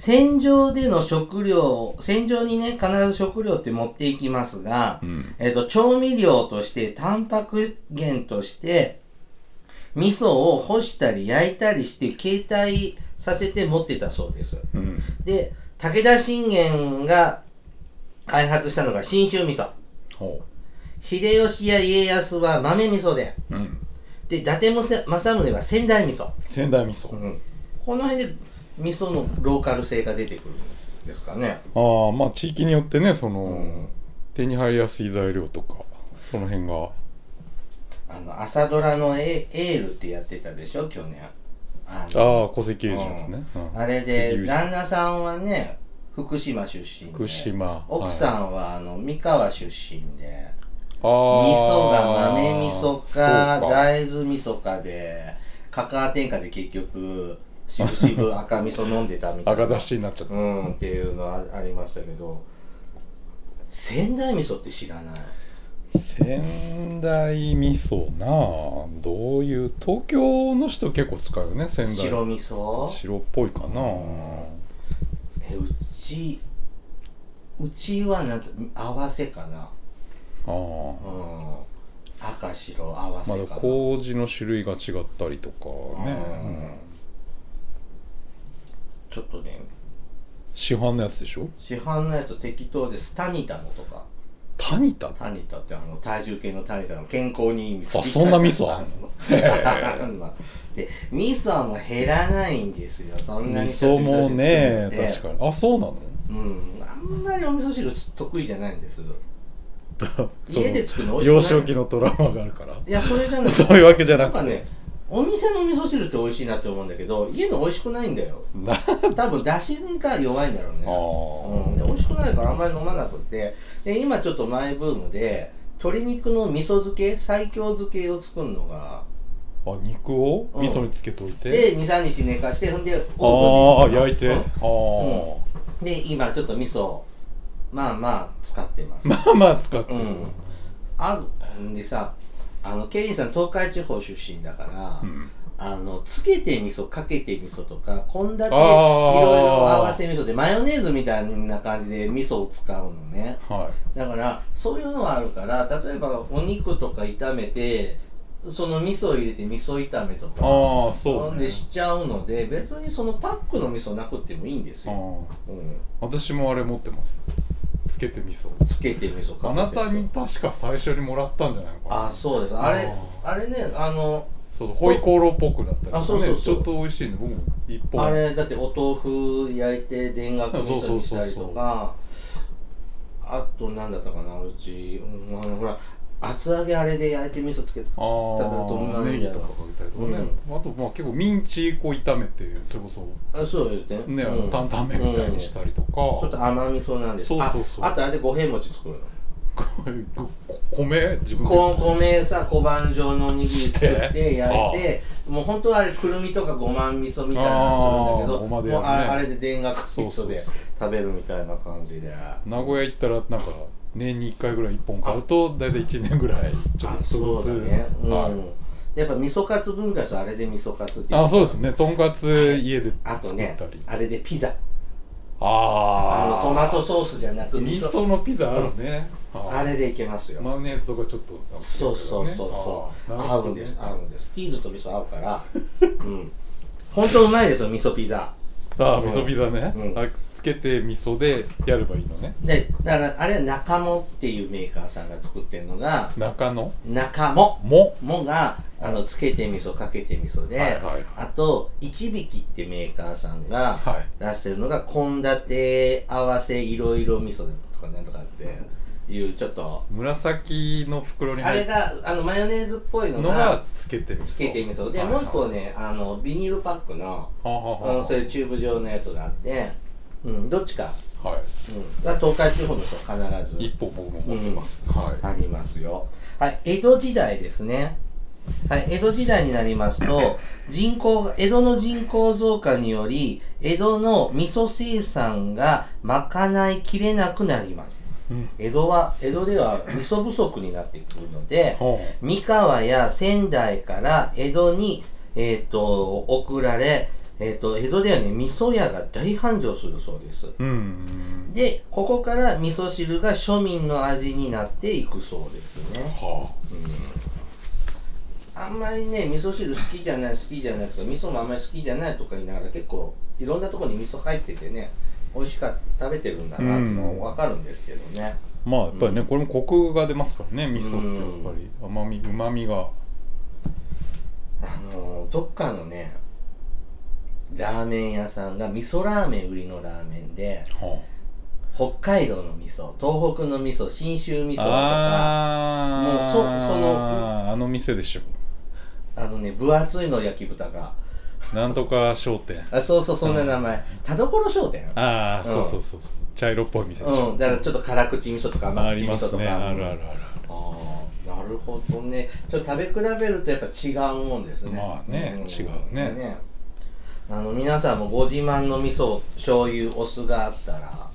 [SPEAKER 1] 戦場での食料戦場にね必ず食料って持っていきますが、
[SPEAKER 2] うん
[SPEAKER 1] えっと調味料としてタンパク源として味噌を干したり焼いたりして携帯させて持ってたそうです
[SPEAKER 2] うん
[SPEAKER 1] で武田信玄が開発したのが信州味噌
[SPEAKER 2] ほ
[SPEAKER 1] 秀吉や家康は豆味噌で
[SPEAKER 2] ううん
[SPEAKER 1] で伊達政宗は仙台味噌
[SPEAKER 2] 仙台味噌
[SPEAKER 1] この辺で味噌のローカル性が出てくるんですかね。
[SPEAKER 2] ああまあ地域によってねそ
[SPEAKER 1] うん
[SPEAKER 2] の手に入りやすい材料とかその辺が
[SPEAKER 1] あの朝ドラのエエールってやってたでしょ去年。あの
[SPEAKER 2] ああ戸籍エージェントねうん
[SPEAKER 1] あれ
[SPEAKER 2] 戸籍エージェ
[SPEAKER 1] で
[SPEAKER 2] ント
[SPEAKER 1] 旦那さんはね福島出身で
[SPEAKER 2] 福島
[SPEAKER 1] 奥さんはあの三河出身で味
[SPEAKER 2] あー
[SPEAKER 1] 噌が豆味噌か
[SPEAKER 2] そう
[SPEAKER 1] 大豆味噌かでカカア天下で結局しぶしぶ赤味噌飲んでたみたいな。
[SPEAKER 2] 赤出しになっちゃった
[SPEAKER 1] うん、っていうのはありましたけど仙台味噌って知らない
[SPEAKER 2] 仙台味噌なあどういう東京の人結構使うよね仙台
[SPEAKER 1] 白味噌
[SPEAKER 2] 白っぽいかな
[SPEAKER 1] えうちうちはなんと合わせかな
[SPEAKER 2] ああ
[SPEAKER 1] うん赤白合わせ
[SPEAKER 2] ま
[SPEAKER 1] か
[SPEAKER 2] だ
[SPEAKER 1] な、
[SPEAKER 2] 麹の種類が違ったりとかね、
[SPEAKER 1] うんちょっとね
[SPEAKER 2] 市販のやつでしょ
[SPEAKER 1] 市販のやつ適当ですタニタのとか
[SPEAKER 2] タニタ
[SPEAKER 1] タニタってあの体重計のタニタの健康にいい味噌
[SPEAKER 2] あそんな味噌あん
[SPEAKER 1] んの (laughs) で味噌も減らないんですよそんな
[SPEAKER 2] 味
[SPEAKER 1] に
[SPEAKER 2] 噌もね
[SPEAKER 1] ちょちょちょちょちょ
[SPEAKER 2] 確かにあそうなの
[SPEAKER 1] うんあんまりお味噌汁得意じゃないんです
[SPEAKER 2] そ
[SPEAKER 1] 家で作るの
[SPEAKER 2] の
[SPEAKER 1] 美
[SPEAKER 2] 幼
[SPEAKER 1] 味しくない
[SPEAKER 2] 少期のトラウマがある
[SPEAKER 1] (laughs)
[SPEAKER 2] から
[SPEAKER 1] いやそれがね
[SPEAKER 2] (laughs) そういうわけじゃなくて
[SPEAKER 1] んかねお店の味噌汁って美味しいなって思うんだけど家の美味しくないんだよ
[SPEAKER 2] な
[SPEAKER 1] 多分出汁が弱いんだろうねうん、で美味しくないからあんまり飲まなくてで今ちょっとマイブームで鶏肉の味噌漬け最強漬けを作るのが
[SPEAKER 2] あ肉を
[SPEAKER 1] うん
[SPEAKER 2] 味噌につけといて、
[SPEAKER 1] で23日寝かしてほんで
[SPEAKER 2] あ
[SPEAKER 1] オー
[SPEAKER 2] あ
[SPEAKER 1] ブンに
[SPEAKER 2] 焼いて、
[SPEAKER 1] う
[SPEAKER 2] あ
[SPEAKER 1] ん
[SPEAKER 2] あ、
[SPEAKER 1] で今ちょっと味噌をまあまあ使ってます
[SPEAKER 2] まあまあ使って
[SPEAKER 1] う
[SPEAKER 2] る、
[SPEAKER 1] んあんでさあのケリーさん東海地方出身だから、
[SPEAKER 2] うん
[SPEAKER 1] あのつけて味噌かけて味噌とか献立いろいろ
[SPEAKER 2] あー
[SPEAKER 1] 合わせ味噌でマヨネーズみたいな感じで味噌を使うのね
[SPEAKER 2] は
[SPEAKER 1] だからそういうのはあるから例えばお肉とか炒めてその味噌を入れて味噌炒めと
[SPEAKER 2] い
[SPEAKER 1] か
[SPEAKER 2] ああそう、
[SPEAKER 1] ん
[SPEAKER 2] ね
[SPEAKER 1] で、しちゃうので別にそのパックの味噌なくてもいいんです
[SPEAKER 2] あ
[SPEAKER 1] よ、
[SPEAKER 2] あ
[SPEAKER 1] うん、
[SPEAKER 2] 私もあれ持ってますつけて味噌
[SPEAKER 1] つけて味噌か
[SPEAKER 2] あなたに確か最初にもらったんじゃないのかな
[SPEAKER 1] あそうですあれ
[SPEAKER 2] あ
[SPEAKER 1] あれねあの
[SPEAKER 2] そうそうホイコーローっぽくなったりとか
[SPEAKER 1] あ
[SPEAKER 2] ね
[SPEAKER 1] そうそうそう
[SPEAKER 2] ちょっと美味しいんで僕も一本
[SPEAKER 1] あれだってお豆腐焼いて田楽味噌にしたりとかあと何だったかなうち、うんあのほら厚揚げあれで焼いて味噌つけて
[SPEAKER 2] あ
[SPEAKER 1] だからどんなの
[SPEAKER 2] ーネギとかかけたりとかね、あとまあ結構ミンチこう炒めてそれこそ
[SPEAKER 1] あそうですね
[SPEAKER 2] ね、
[SPEAKER 1] うん
[SPEAKER 2] 担々麺みたいにしたりとか、
[SPEAKER 1] ちょっと甘味噌なんです
[SPEAKER 2] そうそうそう
[SPEAKER 1] ああとあれで五平餅作るの
[SPEAKER 2] これこ米自分で
[SPEAKER 1] こ米さ小判状のおにぎり作っ
[SPEAKER 2] してて
[SPEAKER 1] 焼いてもう本当はあれくるみとかごま味噌みたいなのするんだけ
[SPEAKER 2] あ
[SPEAKER 1] ど
[SPEAKER 2] ーごまで
[SPEAKER 1] もう
[SPEAKER 2] やるね
[SPEAKER 1] ああれで田楽味
[SPEAKER 2] そうそ
[SPEAKER 1] 噌
[SPEAKER 2] う
[SPEAKER 1] で
[SPEAKER 2] そう
[SPEAKER 1] 食べるみたいな感じであ
[SPEAKER 2] 名古屋行ったらなんか年に1回ぐらい1本買うと大体1年ぐらいちょっ
[SPEAKER 1] そ
[SPEAKER 2] と
[SPEAKER 1] う
[SPEAKER 2] ず
[SPEAKER 1] だ
[SPEAKER 2] つ、
[SPEAKER 1] ねうん、
[SPEAKER 2] はい
[SPEAKER 1] やっぱ味噌カツ文化とあれで味噌カツってい
[SPEAKER 2] あそうですねとんかつ家で
[SPEAKER 1] あと
[SPEAKER 2] 作っ
[SPEAKER 1] ね
[SPEAKER 2] たり、
[SPEAKER 1] あれでピザあ
[SPEAKER 2] ああ
[SPEAKER 1] のトマトソースじゃなく味
[SPEAKER 2] 味
[SPEAKER 1] 噌
[SPEAKER 2] 噌のピザあるね、はい
[SPEAKER 1] あれでいけますよ
[SPEAKER 2] マヨネーズとかちょっと合う
[SPEAKER 1] そうそうそうそう、
[SPEAKER 2] あーなる
[SPEAKER 1] 合
[SPEAKER 2] ほ
[SPEAKER 1] う
[SPEAKER 2] ど
[SPEAKER 1] ん
[SPEAKER 2] ね
[SPEAKER 1] です合うんですチーズと味噌合うからうん本当うまいですよ味噌ピザ
[SPEAKER 2] ああ味噌ピザね、
[SPEAKER 1] うん
[SPEAKER 2] あつけて味噌でやればいいのね
[SPEAKER 1] でだからあれは中もっていうメーカーさんが作ってるのが
[SPEAKER 2] 中野
[SPEAKER 1] 中も
[SPEAKER 2] も
[SPEAKER 1] もがあのつけて味噌かけて味噌で、
[SPEAKER 2] はいはいはい
[SPEAKER 1] あと一匹ってメーカーさんが
[SPEAKER 2] はい
[SPEAKER 1] 出してるのが献立合わせいろいろ味噌とかなんとかっていうちょっと
[SPEAKER 2] 紫の袋に
[SPEAKER 1] あ
[SPEAKER 2] 入
[SPEAKER 1] れ
[SPEAKER 2] った
[SPEAKER 1] があのマヨネーズっぽいの
[SPEAKER 2] の
[SPEAKER 1] が
[SPEAKER 2] がつけて味噌
[SPEAKER 1] つけて味噌で、
[SPEAKER 2] はいはい
[SPEAKER 1] もう一個ねあのビニールパックの
[SPEAKER 2] はあはあ
[SPEAKER 1] うん、
[SPEAKER 2] は
[SPEAKER 1] そういうチューブ状のやつがあって、うん、どっちか、
[SPEAKER 2] あは
[SPEAKER 1] うん、が東海地方の人は必
[SPEAKER 2] い
[SPEAKER 1] ず
[SPEAKER 2] 一本僕も持ってます、はい
[SPEAKER 1] ありますよ。はい、江戸時代ですね。はい、江戸時代になりますと、人口が、江戸の人口増加により、江戸の味噌生産が賄いきれなくなります。
[SPEAKER 2] うん
[SPEAKER 1] 江戸は、江戸では味噌不足になってくるので、
[SPEAKER 2] はあ
[SPEAKER 1] 三河や仙台から江戸に、えー、と送られ、えー、と江戸ではね味噌屋が大繁盛するそうです
[SPEAKER 2] うん
[SPEAKER 1] でここから味噌汁が庶民の味になっていくそうですね
[SPEAKER 2] は
[SPEAKER 1] あんまりね味噌汁好きじゃない好きじゃないとか味噌もあんまり好きじゃないとか言いながら結構いろんなところに味噌入っててね美味しかった食べてるんだなってのわかるんですけどね、
[SPEAKER 2] あまあやっぱりね、これもコクが出ますからね味噌ってやっぱり甘みうまみが
[SPEAKER 1] あのーどっかのねラーメン屋さんが味噌ラーメン売りのラーメンで
[SPEAKER 2] は
[SPEAKER 1] 北海道の味噌東北の味噌信州味噌とかあ
[SPEAKER 2] あ
[SPEAKER 1] もうそその
[SPEAKER 2] のあの店でしょ
[SPEAKER 1] のね分厚いの焼き豚が
[SPEAKER 2] なんとか商店
[SPEAKER 1] あそうそうそんな名前、田所商店
[SPEAKER 2] ああ、
[SPEAKER 1] うん
[SPEAKER 2] そうそうそうそう茶色っぽい店でしょ、
[SPEAKER 1] うんだからちょっと辛口味噌とか
[SPEAKER 2] あ
[SPEAKER 1] 甘口
[SPEAKER 2] り
[SPEAKER 1] 味
[SPEAKER 2] ま
[SPEAKER 1] 噌
[SPEAKER 2] す
[SPEAKER 1] とか
[SPEAKER 2] ねあるあるある
[SPEAKER 1] あーなるほどねちょっと食べ比べるとやっぱ違うもんですね
[SPEAKER 2] まあね
[SPEAKER 1] ん
[SPEAKER 2] 違うね
[SPEAKER 1] あの皆さんもご自慢の味噌醤油お酢があったら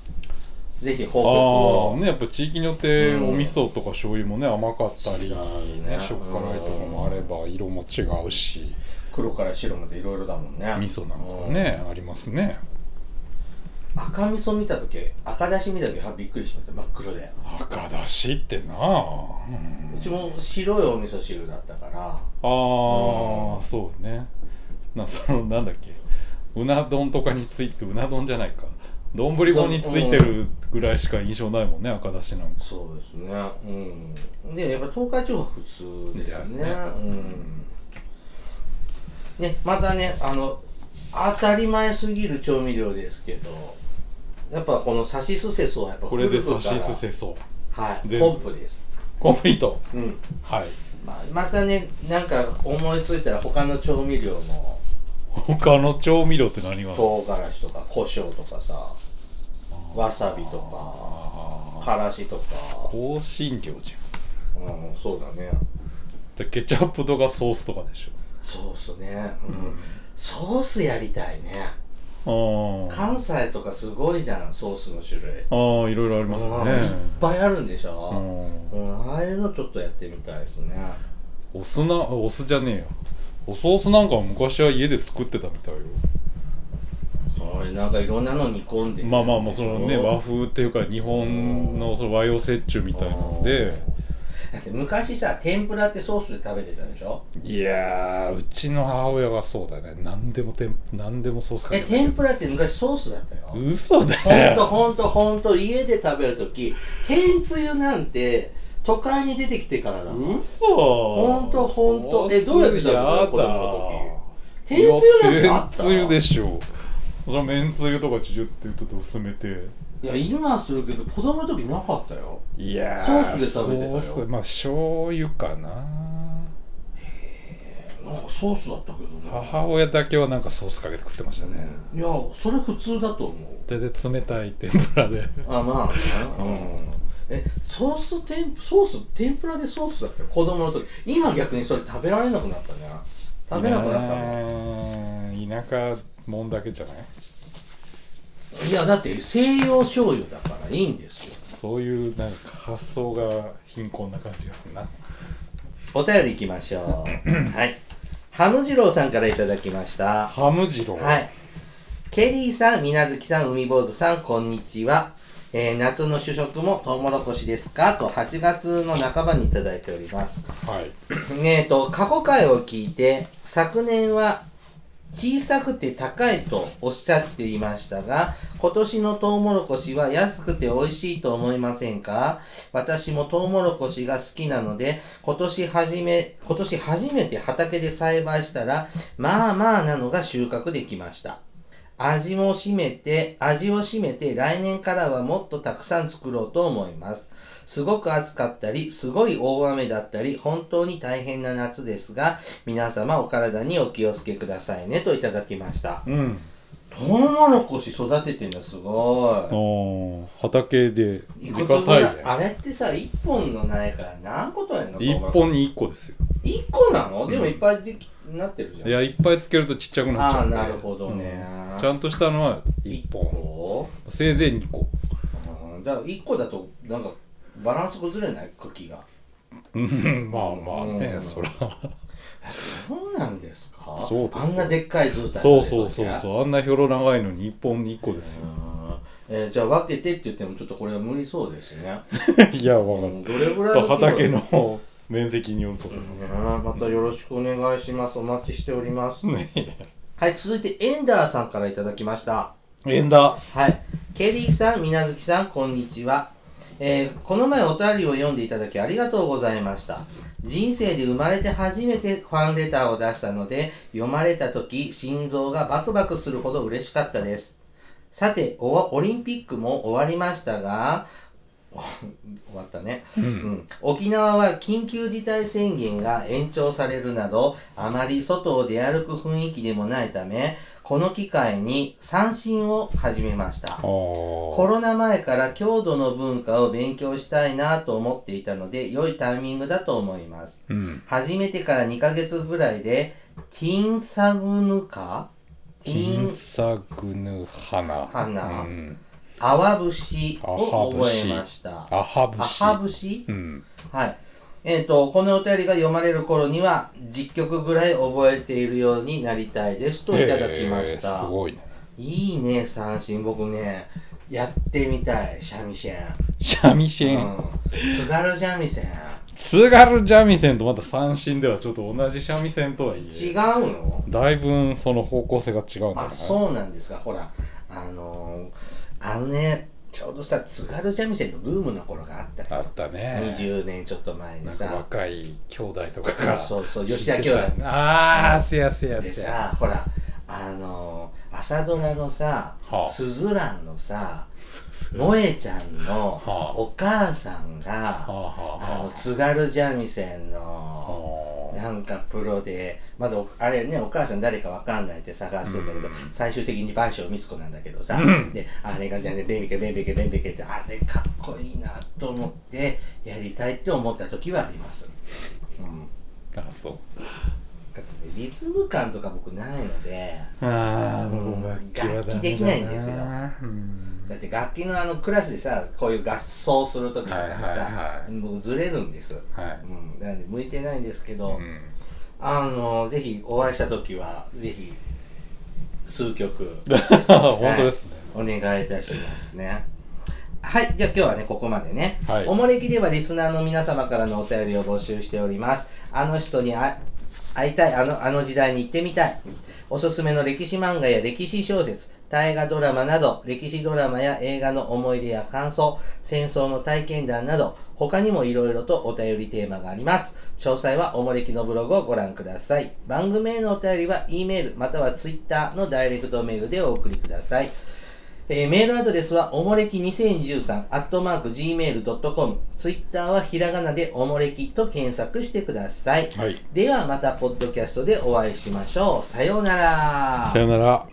[SPEAKER 1] ぜひ
[SPEAKER 2] あ
[SPEAKER 1] 報告
[SPEAKER 2] あ
[SPEAKER 1] を
[SPEAKER 2] ーねやっぱ地域によって
[SPEAKER 1] うん
[SPEAKER 2] お味噌とか醤油もね甘かったり、
[SPEAKER 1] 違
[SPEAKER 2] ね
[SPEAKER 1] うね
[SPEAKER 2] しょっからいとかもあれば色も違うし
[SPEAKER 1] 黒から白までいろいろだもんね
[SPEAKER 2] 味噌なんかはねありますね
[SPEAKER 1] うん赤味噌見た時赤だし見た時はびっくりしました真っ黒で
[SPEAKER 2] 赤だしってなうん
[SPEAKER 1] うちも白いお味噌汁だったから
[SPEAKER 2] ああ、
[SPEAKER 1] うん
[SPEAKER 2] そうねなそのなんだっけうな丼とかについてうな丼じゃないか丼本についてるぐらいしか印象ないもんね赤だしなんか
[SPEAKER 1] そうですねうんでやっぱ東海地方は普通ですよね
[SPEAKER 2] だよ
[SPEAKER 1] うんねまたねあの当たり前すぎる調味料ですけどやっぱこのさしすせそはやっぱ
[SPEAKER 2] これで
[SPEAKER 1] 古
[SPEAKER 2] さ
[SPEAKER 1] くから
[SPEAKER 2] しすせそう
[SPEAKER 1] はい
[SPEAKER 2] 全
[SPEAKER 1] コ
[SPEAKER 2] 部
[SPEAKER 1] ンプです
[SPEAKER 2] コンプリート
[SPEAKER 1] うん
[SPEAKER 2] はい
[SPEAKER 1] まあまたねなんか思いついたら他の調味料も
[SPEAKER 2] 他の調味料って何があるの
[SPEAKER 1] 唐辛子とか胡椒とかさわさびとか
[SPEAKER 2] ああ
[SPEAKER 1] からしとか
[SPEAKER 2] 香辛料じゃん
[SPEAKER 1] うんそうだね
[SPEAKER 2] でケチャップとかソースとかでし
[SPEAKER 1] ソースね、うん、ソースやりたいね
[SPEAKER 2] ょあ
[SPEAKER 1] 関西とかすごいじゃんソースの種類
[SPEAKER 2] あああいろいろあります
[SPEAKER 1] うんいっ
[SPEAKER 2] ね
[SPEAKER 1] ぱいあるんでし
[SPEAKER 2] う
[SPEAKER 1] ょ、
[SPEAKER 2] ん
[SPEAKER 1] うん、ああいうのちょっとやってみたいですね
[SPEAKER 2] お酢なお酢じゃねえよおソースなんかは昔は家で作ってたみたいよ
[SPEAKER 1] これなんかいろんなの煮込んで
[SPEAKER 2] まあまあもうそのね和風っていうか日本のその和洋折衷みたいなので
[SPEAKER 1] だって昔さ天ぷらってソースで食べてたでしょ
[SPEAKER 2] いやーうちの母親がそうだね何でも天何でもソースかけ
[SPEAKER 1] え
[SPEAKER 2] て
[SPEAKER 1] 天ぷらって昔ソースだったよ
[SPEAKER 2] 嘘だ
[SPEAKER 1] ほんと
[SPEAKER 2] よ
[SPEAKER 1] ほんとほんと家で食べるとき天つゆなんて都会に出てきてからだもん
[SPEAKER 2] 嘘
[SPEAKER 1] ほんとほんとえどうやって食べたの子供の天つゆなんてあった
[SPEAKER 2] 天つゆでしょそれはめんつゆとかジュってちょっと薄めて
[SPEAKER 1] いや今はするけど子供の時なかったよ
[SPEAKER 2] いや
[SPEAKER 1] ソースで食べてたよ
[SPEAKER 2] ソースまあ醤油かな
[SPEAKER 1] なんかソースだったけどね
[SPEAKER 2] 母親だけはなんかソースかけて食ってましたね、
[SPEAKER 1] いやそれ普通だと思う
[SPEAKER 2] 大体冷たい天ぷらで
[SPEAKER 1] あまあねうんえソース天ソース天ぷらでソースだったよ子供の時今逆にそれ食べられなくなったね食べなくなったね
[SPEAKER 2] ね田舎もんだけじゃない
[SPEAKER 1] いやだって西洋醤油だからいいんですよ
[SPEAKER 2] そういうなんか発想が貧困な感じがするな
[SPEAKER 1] お便り行きましょう。はい。ハムジローさんからいただきました。
[SPEAKER 2] ハムジロー
[SPEAKER 1] はい。ケリーさん、みなずきさん、海坊主さん、こんにちは。えー夏の主食もトウモロコシですかと8月の半ばにいただいております。
[SPEAKER 2] はい
[SPEAKER 1] ねえと、過去回を聞いて、昨年は小さくて高いとおっしゃっていましたが、今年のトウモロコシは安くて美味しいと思いませんか私もトウモロコシが好きなので、今年初め、今年初めて畑で栽培したら、まあまあなのが収穫できました。味も占めて、味を占めて来年からはもっとたくさん作ろうと思います。すごく暑かったり、すごい大雨だったり、本当に大変な夏ですが、皆様お体にお気をつけくださいねといただきました。
[SPEAKER 2] うん
[SPEAKER 1] トウモロコシ育ててんだすご
[SPEAKER 2] お畑で
[SPEAKER 1] い。
[SPEAKER 2] 自
[SPEAKER 1] い
[SPEAKER 2] 家
[SPEAKER 1] くつぐらい
[SPEAKER 2] 栽培
[SPEAKER 1] あれってさ、一本の苗から何個とれんの
[SPEAKER 2] 一本。に一個ですよ
[SPEAKER 1] 一個なのでもいっぱいでき、なってるじゃん。
[SPEAKER 2] いやいっぱいつけるとちっちゃくなっちゃうんで
[SPEAKER 1] あーなるほどね
[SPEAKER 2] うんちゃんとしたのは一本
[SPEAKER 1] 個
[SPEAKER 2] せいぜい2個
[SPEAKER 1] うんだから一個だと、なんか、バランス崩れない茎が。
[SPEAKER 2] うんまあまあね、
[SPEAKER 1] うん
[SPEAKER 2] そら
[SPEAKER 1] そうなんですか
[SPEAKER 2] そうですよ
[SPEAKER 1] あんなでっかい図体
[SPEAKER 2] そうそうそう
[SPEAKER 1] う
[SPEAKER 2] そうあんなひょろ長いのに1本に1個です
[SPEAKER 1] (laughs)
[SPEAKER 2] よ
[SPEAKER 1] んえーじゃあ分けてって言ってもちょっとこれは無理そうですね
[SPEAKER 2] いや
[SPEAKER 1] う
[SPEAKER 2] わかる
[SPEAKER 1] んどれぐらい
[SPEAKER 2] そ
[SPEAKER 1] の
[SPEAKER 2] う
[SPEAKER 1] 規模
[SPEAKER 2] 畑の面積によると思います
[SPEAKER 1] うんまたよろしくお願いしますお待ちしております
[SPEAKER 2] ね
[SPEAKER 1] (laughs) はい続いてエンダーさんからいただきました
[SPEAKER 2] 縁だ
[SPEAKER 1] はい。ケリーさん、みなずきさん、こんにちは。えーこの前お便りを読んでいただきありがとうございました。人生で生まれて初めてファンレターを出したので、読まれた時、心臓がバクバクするほど嬉しかったです。さて、おわオリンピックも終わりましたが、 (laughs) 終わったね、うん沖縄は緊急事態宣言が延長されるなどあまり外を出歩く雰囲気でもないためこの機会に三振を始めました
[SPEAKER 2] あ
[SPEAKER 1] コ
[SPEAKER 2] こ
[SPEAKER 1] ロナ前から郷土の文化を勉強したいなと思っていたので良いタイミングだと思います
[SPEAKER 2] うん
[SPEAKER 1] 初めてから2ヶ月ぐらいでティンサグヌカティ
[SPEAKER 2] 金
[SPEAKER 1] ン
[SPEAKER 2] 作ぬ花
[SPEAKER 1] 花
[SPEAKER 2] うん
[SPEAKER 1] 泡節を覚えました。
[SPEAKER 2] アハブシ
[SPEAKER 1] あは節
[SPEAKER 2] うん
[SPEAKER 1] はい。えっ、と、このお便りが読まれる頃には、10曲ぐらい覚えているようになりたいですといただきました。
[SPEAKER 2] えーすごいね
[SPEAKER 1] いいね、三振。僕ね、やってみたい、三味線。
[SPEAKER 2] 三味
[SPEAKER 1] う
[SPEAKER 2] 線、
[SPEAKER 1] ん。津軽三味線。
[SPEAKER 2] 津軽三味線とまた三線ではちょっと同じ三味線とはい
[SPEAKER 1] 違う
[SPEAKER 2] え
[SPEAKER 1] の
[SPEAKER 2] だいぶその方向性が違うんだ
[SPEAKER 1] あ、
[SPEAKER 2] ね
[SPEAKER 1] そうなんですか。ほら、あのー、あのね、ちょうどさ、津軽三味線のブームの頃があった
[SPEAKER 2] あ
[SPEAKER 1] か
[SPEAKER 2] った
[SPEAKER 1] ら、
[SPEAKER 2] ね
[SPEAKER 1] 20年ちょっと前に
[SPEAKER 2] なんか
[SPEAKER 1] さ、
[SPEAKER 2] 若い兄弟とかが
[SPEAKER 1] そうそうそう吉田兄弟
[SPEAKER 2] 弾いてたああせやせや
[SPEAKER 1] で
[SPEAKER 2] せや
[SPEAKER 1] さ、ほら、あのー、朝ドラのさ
[SPEAKER 2] はあ、
[SPEAKER 1] すずらんのさ、萌えちゃんの
[SPEAKER 2] はあ
[SPEAKER 1] お母さん
[SPEAKER 2] はあ
[SPEAKER 1] が、
[SPEAKER 2] は
[SPEAKER 1] あ
[SPEAKER 2] あ
[SPEAKER 1] の
[SPEAKER 2] は
[SPEAKER 1] 津軽三味線
[SPEAKER 2] あ
[SPEAKER 1] の、
[SPEAKER 2] は
[SPEAKER 1] なんかプロで、まだおあれね、お母さん誰かわかんないって探してんだけど、
[SPEAKER 2] うん
[SPEAKER 1] 最終的に倍賞美津子なんだけどさ、
[SPEAKER 2] うん
[SPEAKER 1] で、あれがじゃあね、レンビケ、レンビケ、レンビケって、あれかっこいいなと思って、やりたいって思った時はあります。うん。
[SPEAKER 2] ああそう
[SPEAKER 1] だってねリズム感とか僕ないので、
[SPEAKER 2] ああ
[SPEAKER 1] うん
[SPEAKER 2] 楽器はダメだ
[SPEAKER 1] 楽器できないんですよ
[SPEAKER 2] うん
[SPEAKER 1] だって楽器のあのクラスでさ、こういう合奏するときとかも
[SPEAKER 2] はいはい
[SPEAKER 1] さ
[SPEAKER 2] は、い
[SPEAKER 1] もうずれるんです。
[SPEAKER 2] はい
[SPEAKER 1] うん。なんで向いてないんですけど、
[SPEAKER 2] うん (laughs)
[SPEAKER 1] あのぜひお会いした時はぜひ数曲
[SPEAKER 2] 本当ですね
[SPEAKER 1] お願いいたしますねはいじゃあ今日はねここまでね、
[SPEAKER 2] はい
[SPEAKER 1] おもれきではリスナーの皆様からのお便りを募集しておりますあの人にあ会いたいあのあの時代に行ってみたいおすすめの歴史漫画や歴史小説大河ドラマなど歴史ドラマや映画の思い出や感想戦争の体験談など他にもいろいろとお便りテーマがあります。詳細はおもれきのブログをご覧ください。番組へのお便りは E メールまたは Twitter のダイレクトメールでお送りください。えーメールアドレスはおもれき2013アットマーク Gmail.com ツイッターはひらがなでおもれきと検索してください
[SPEAKER 2] はい
[SPEAKER 1] ではまたポッドキャストでお会いしましょうさようなら
[SPEAKER 2] さよなら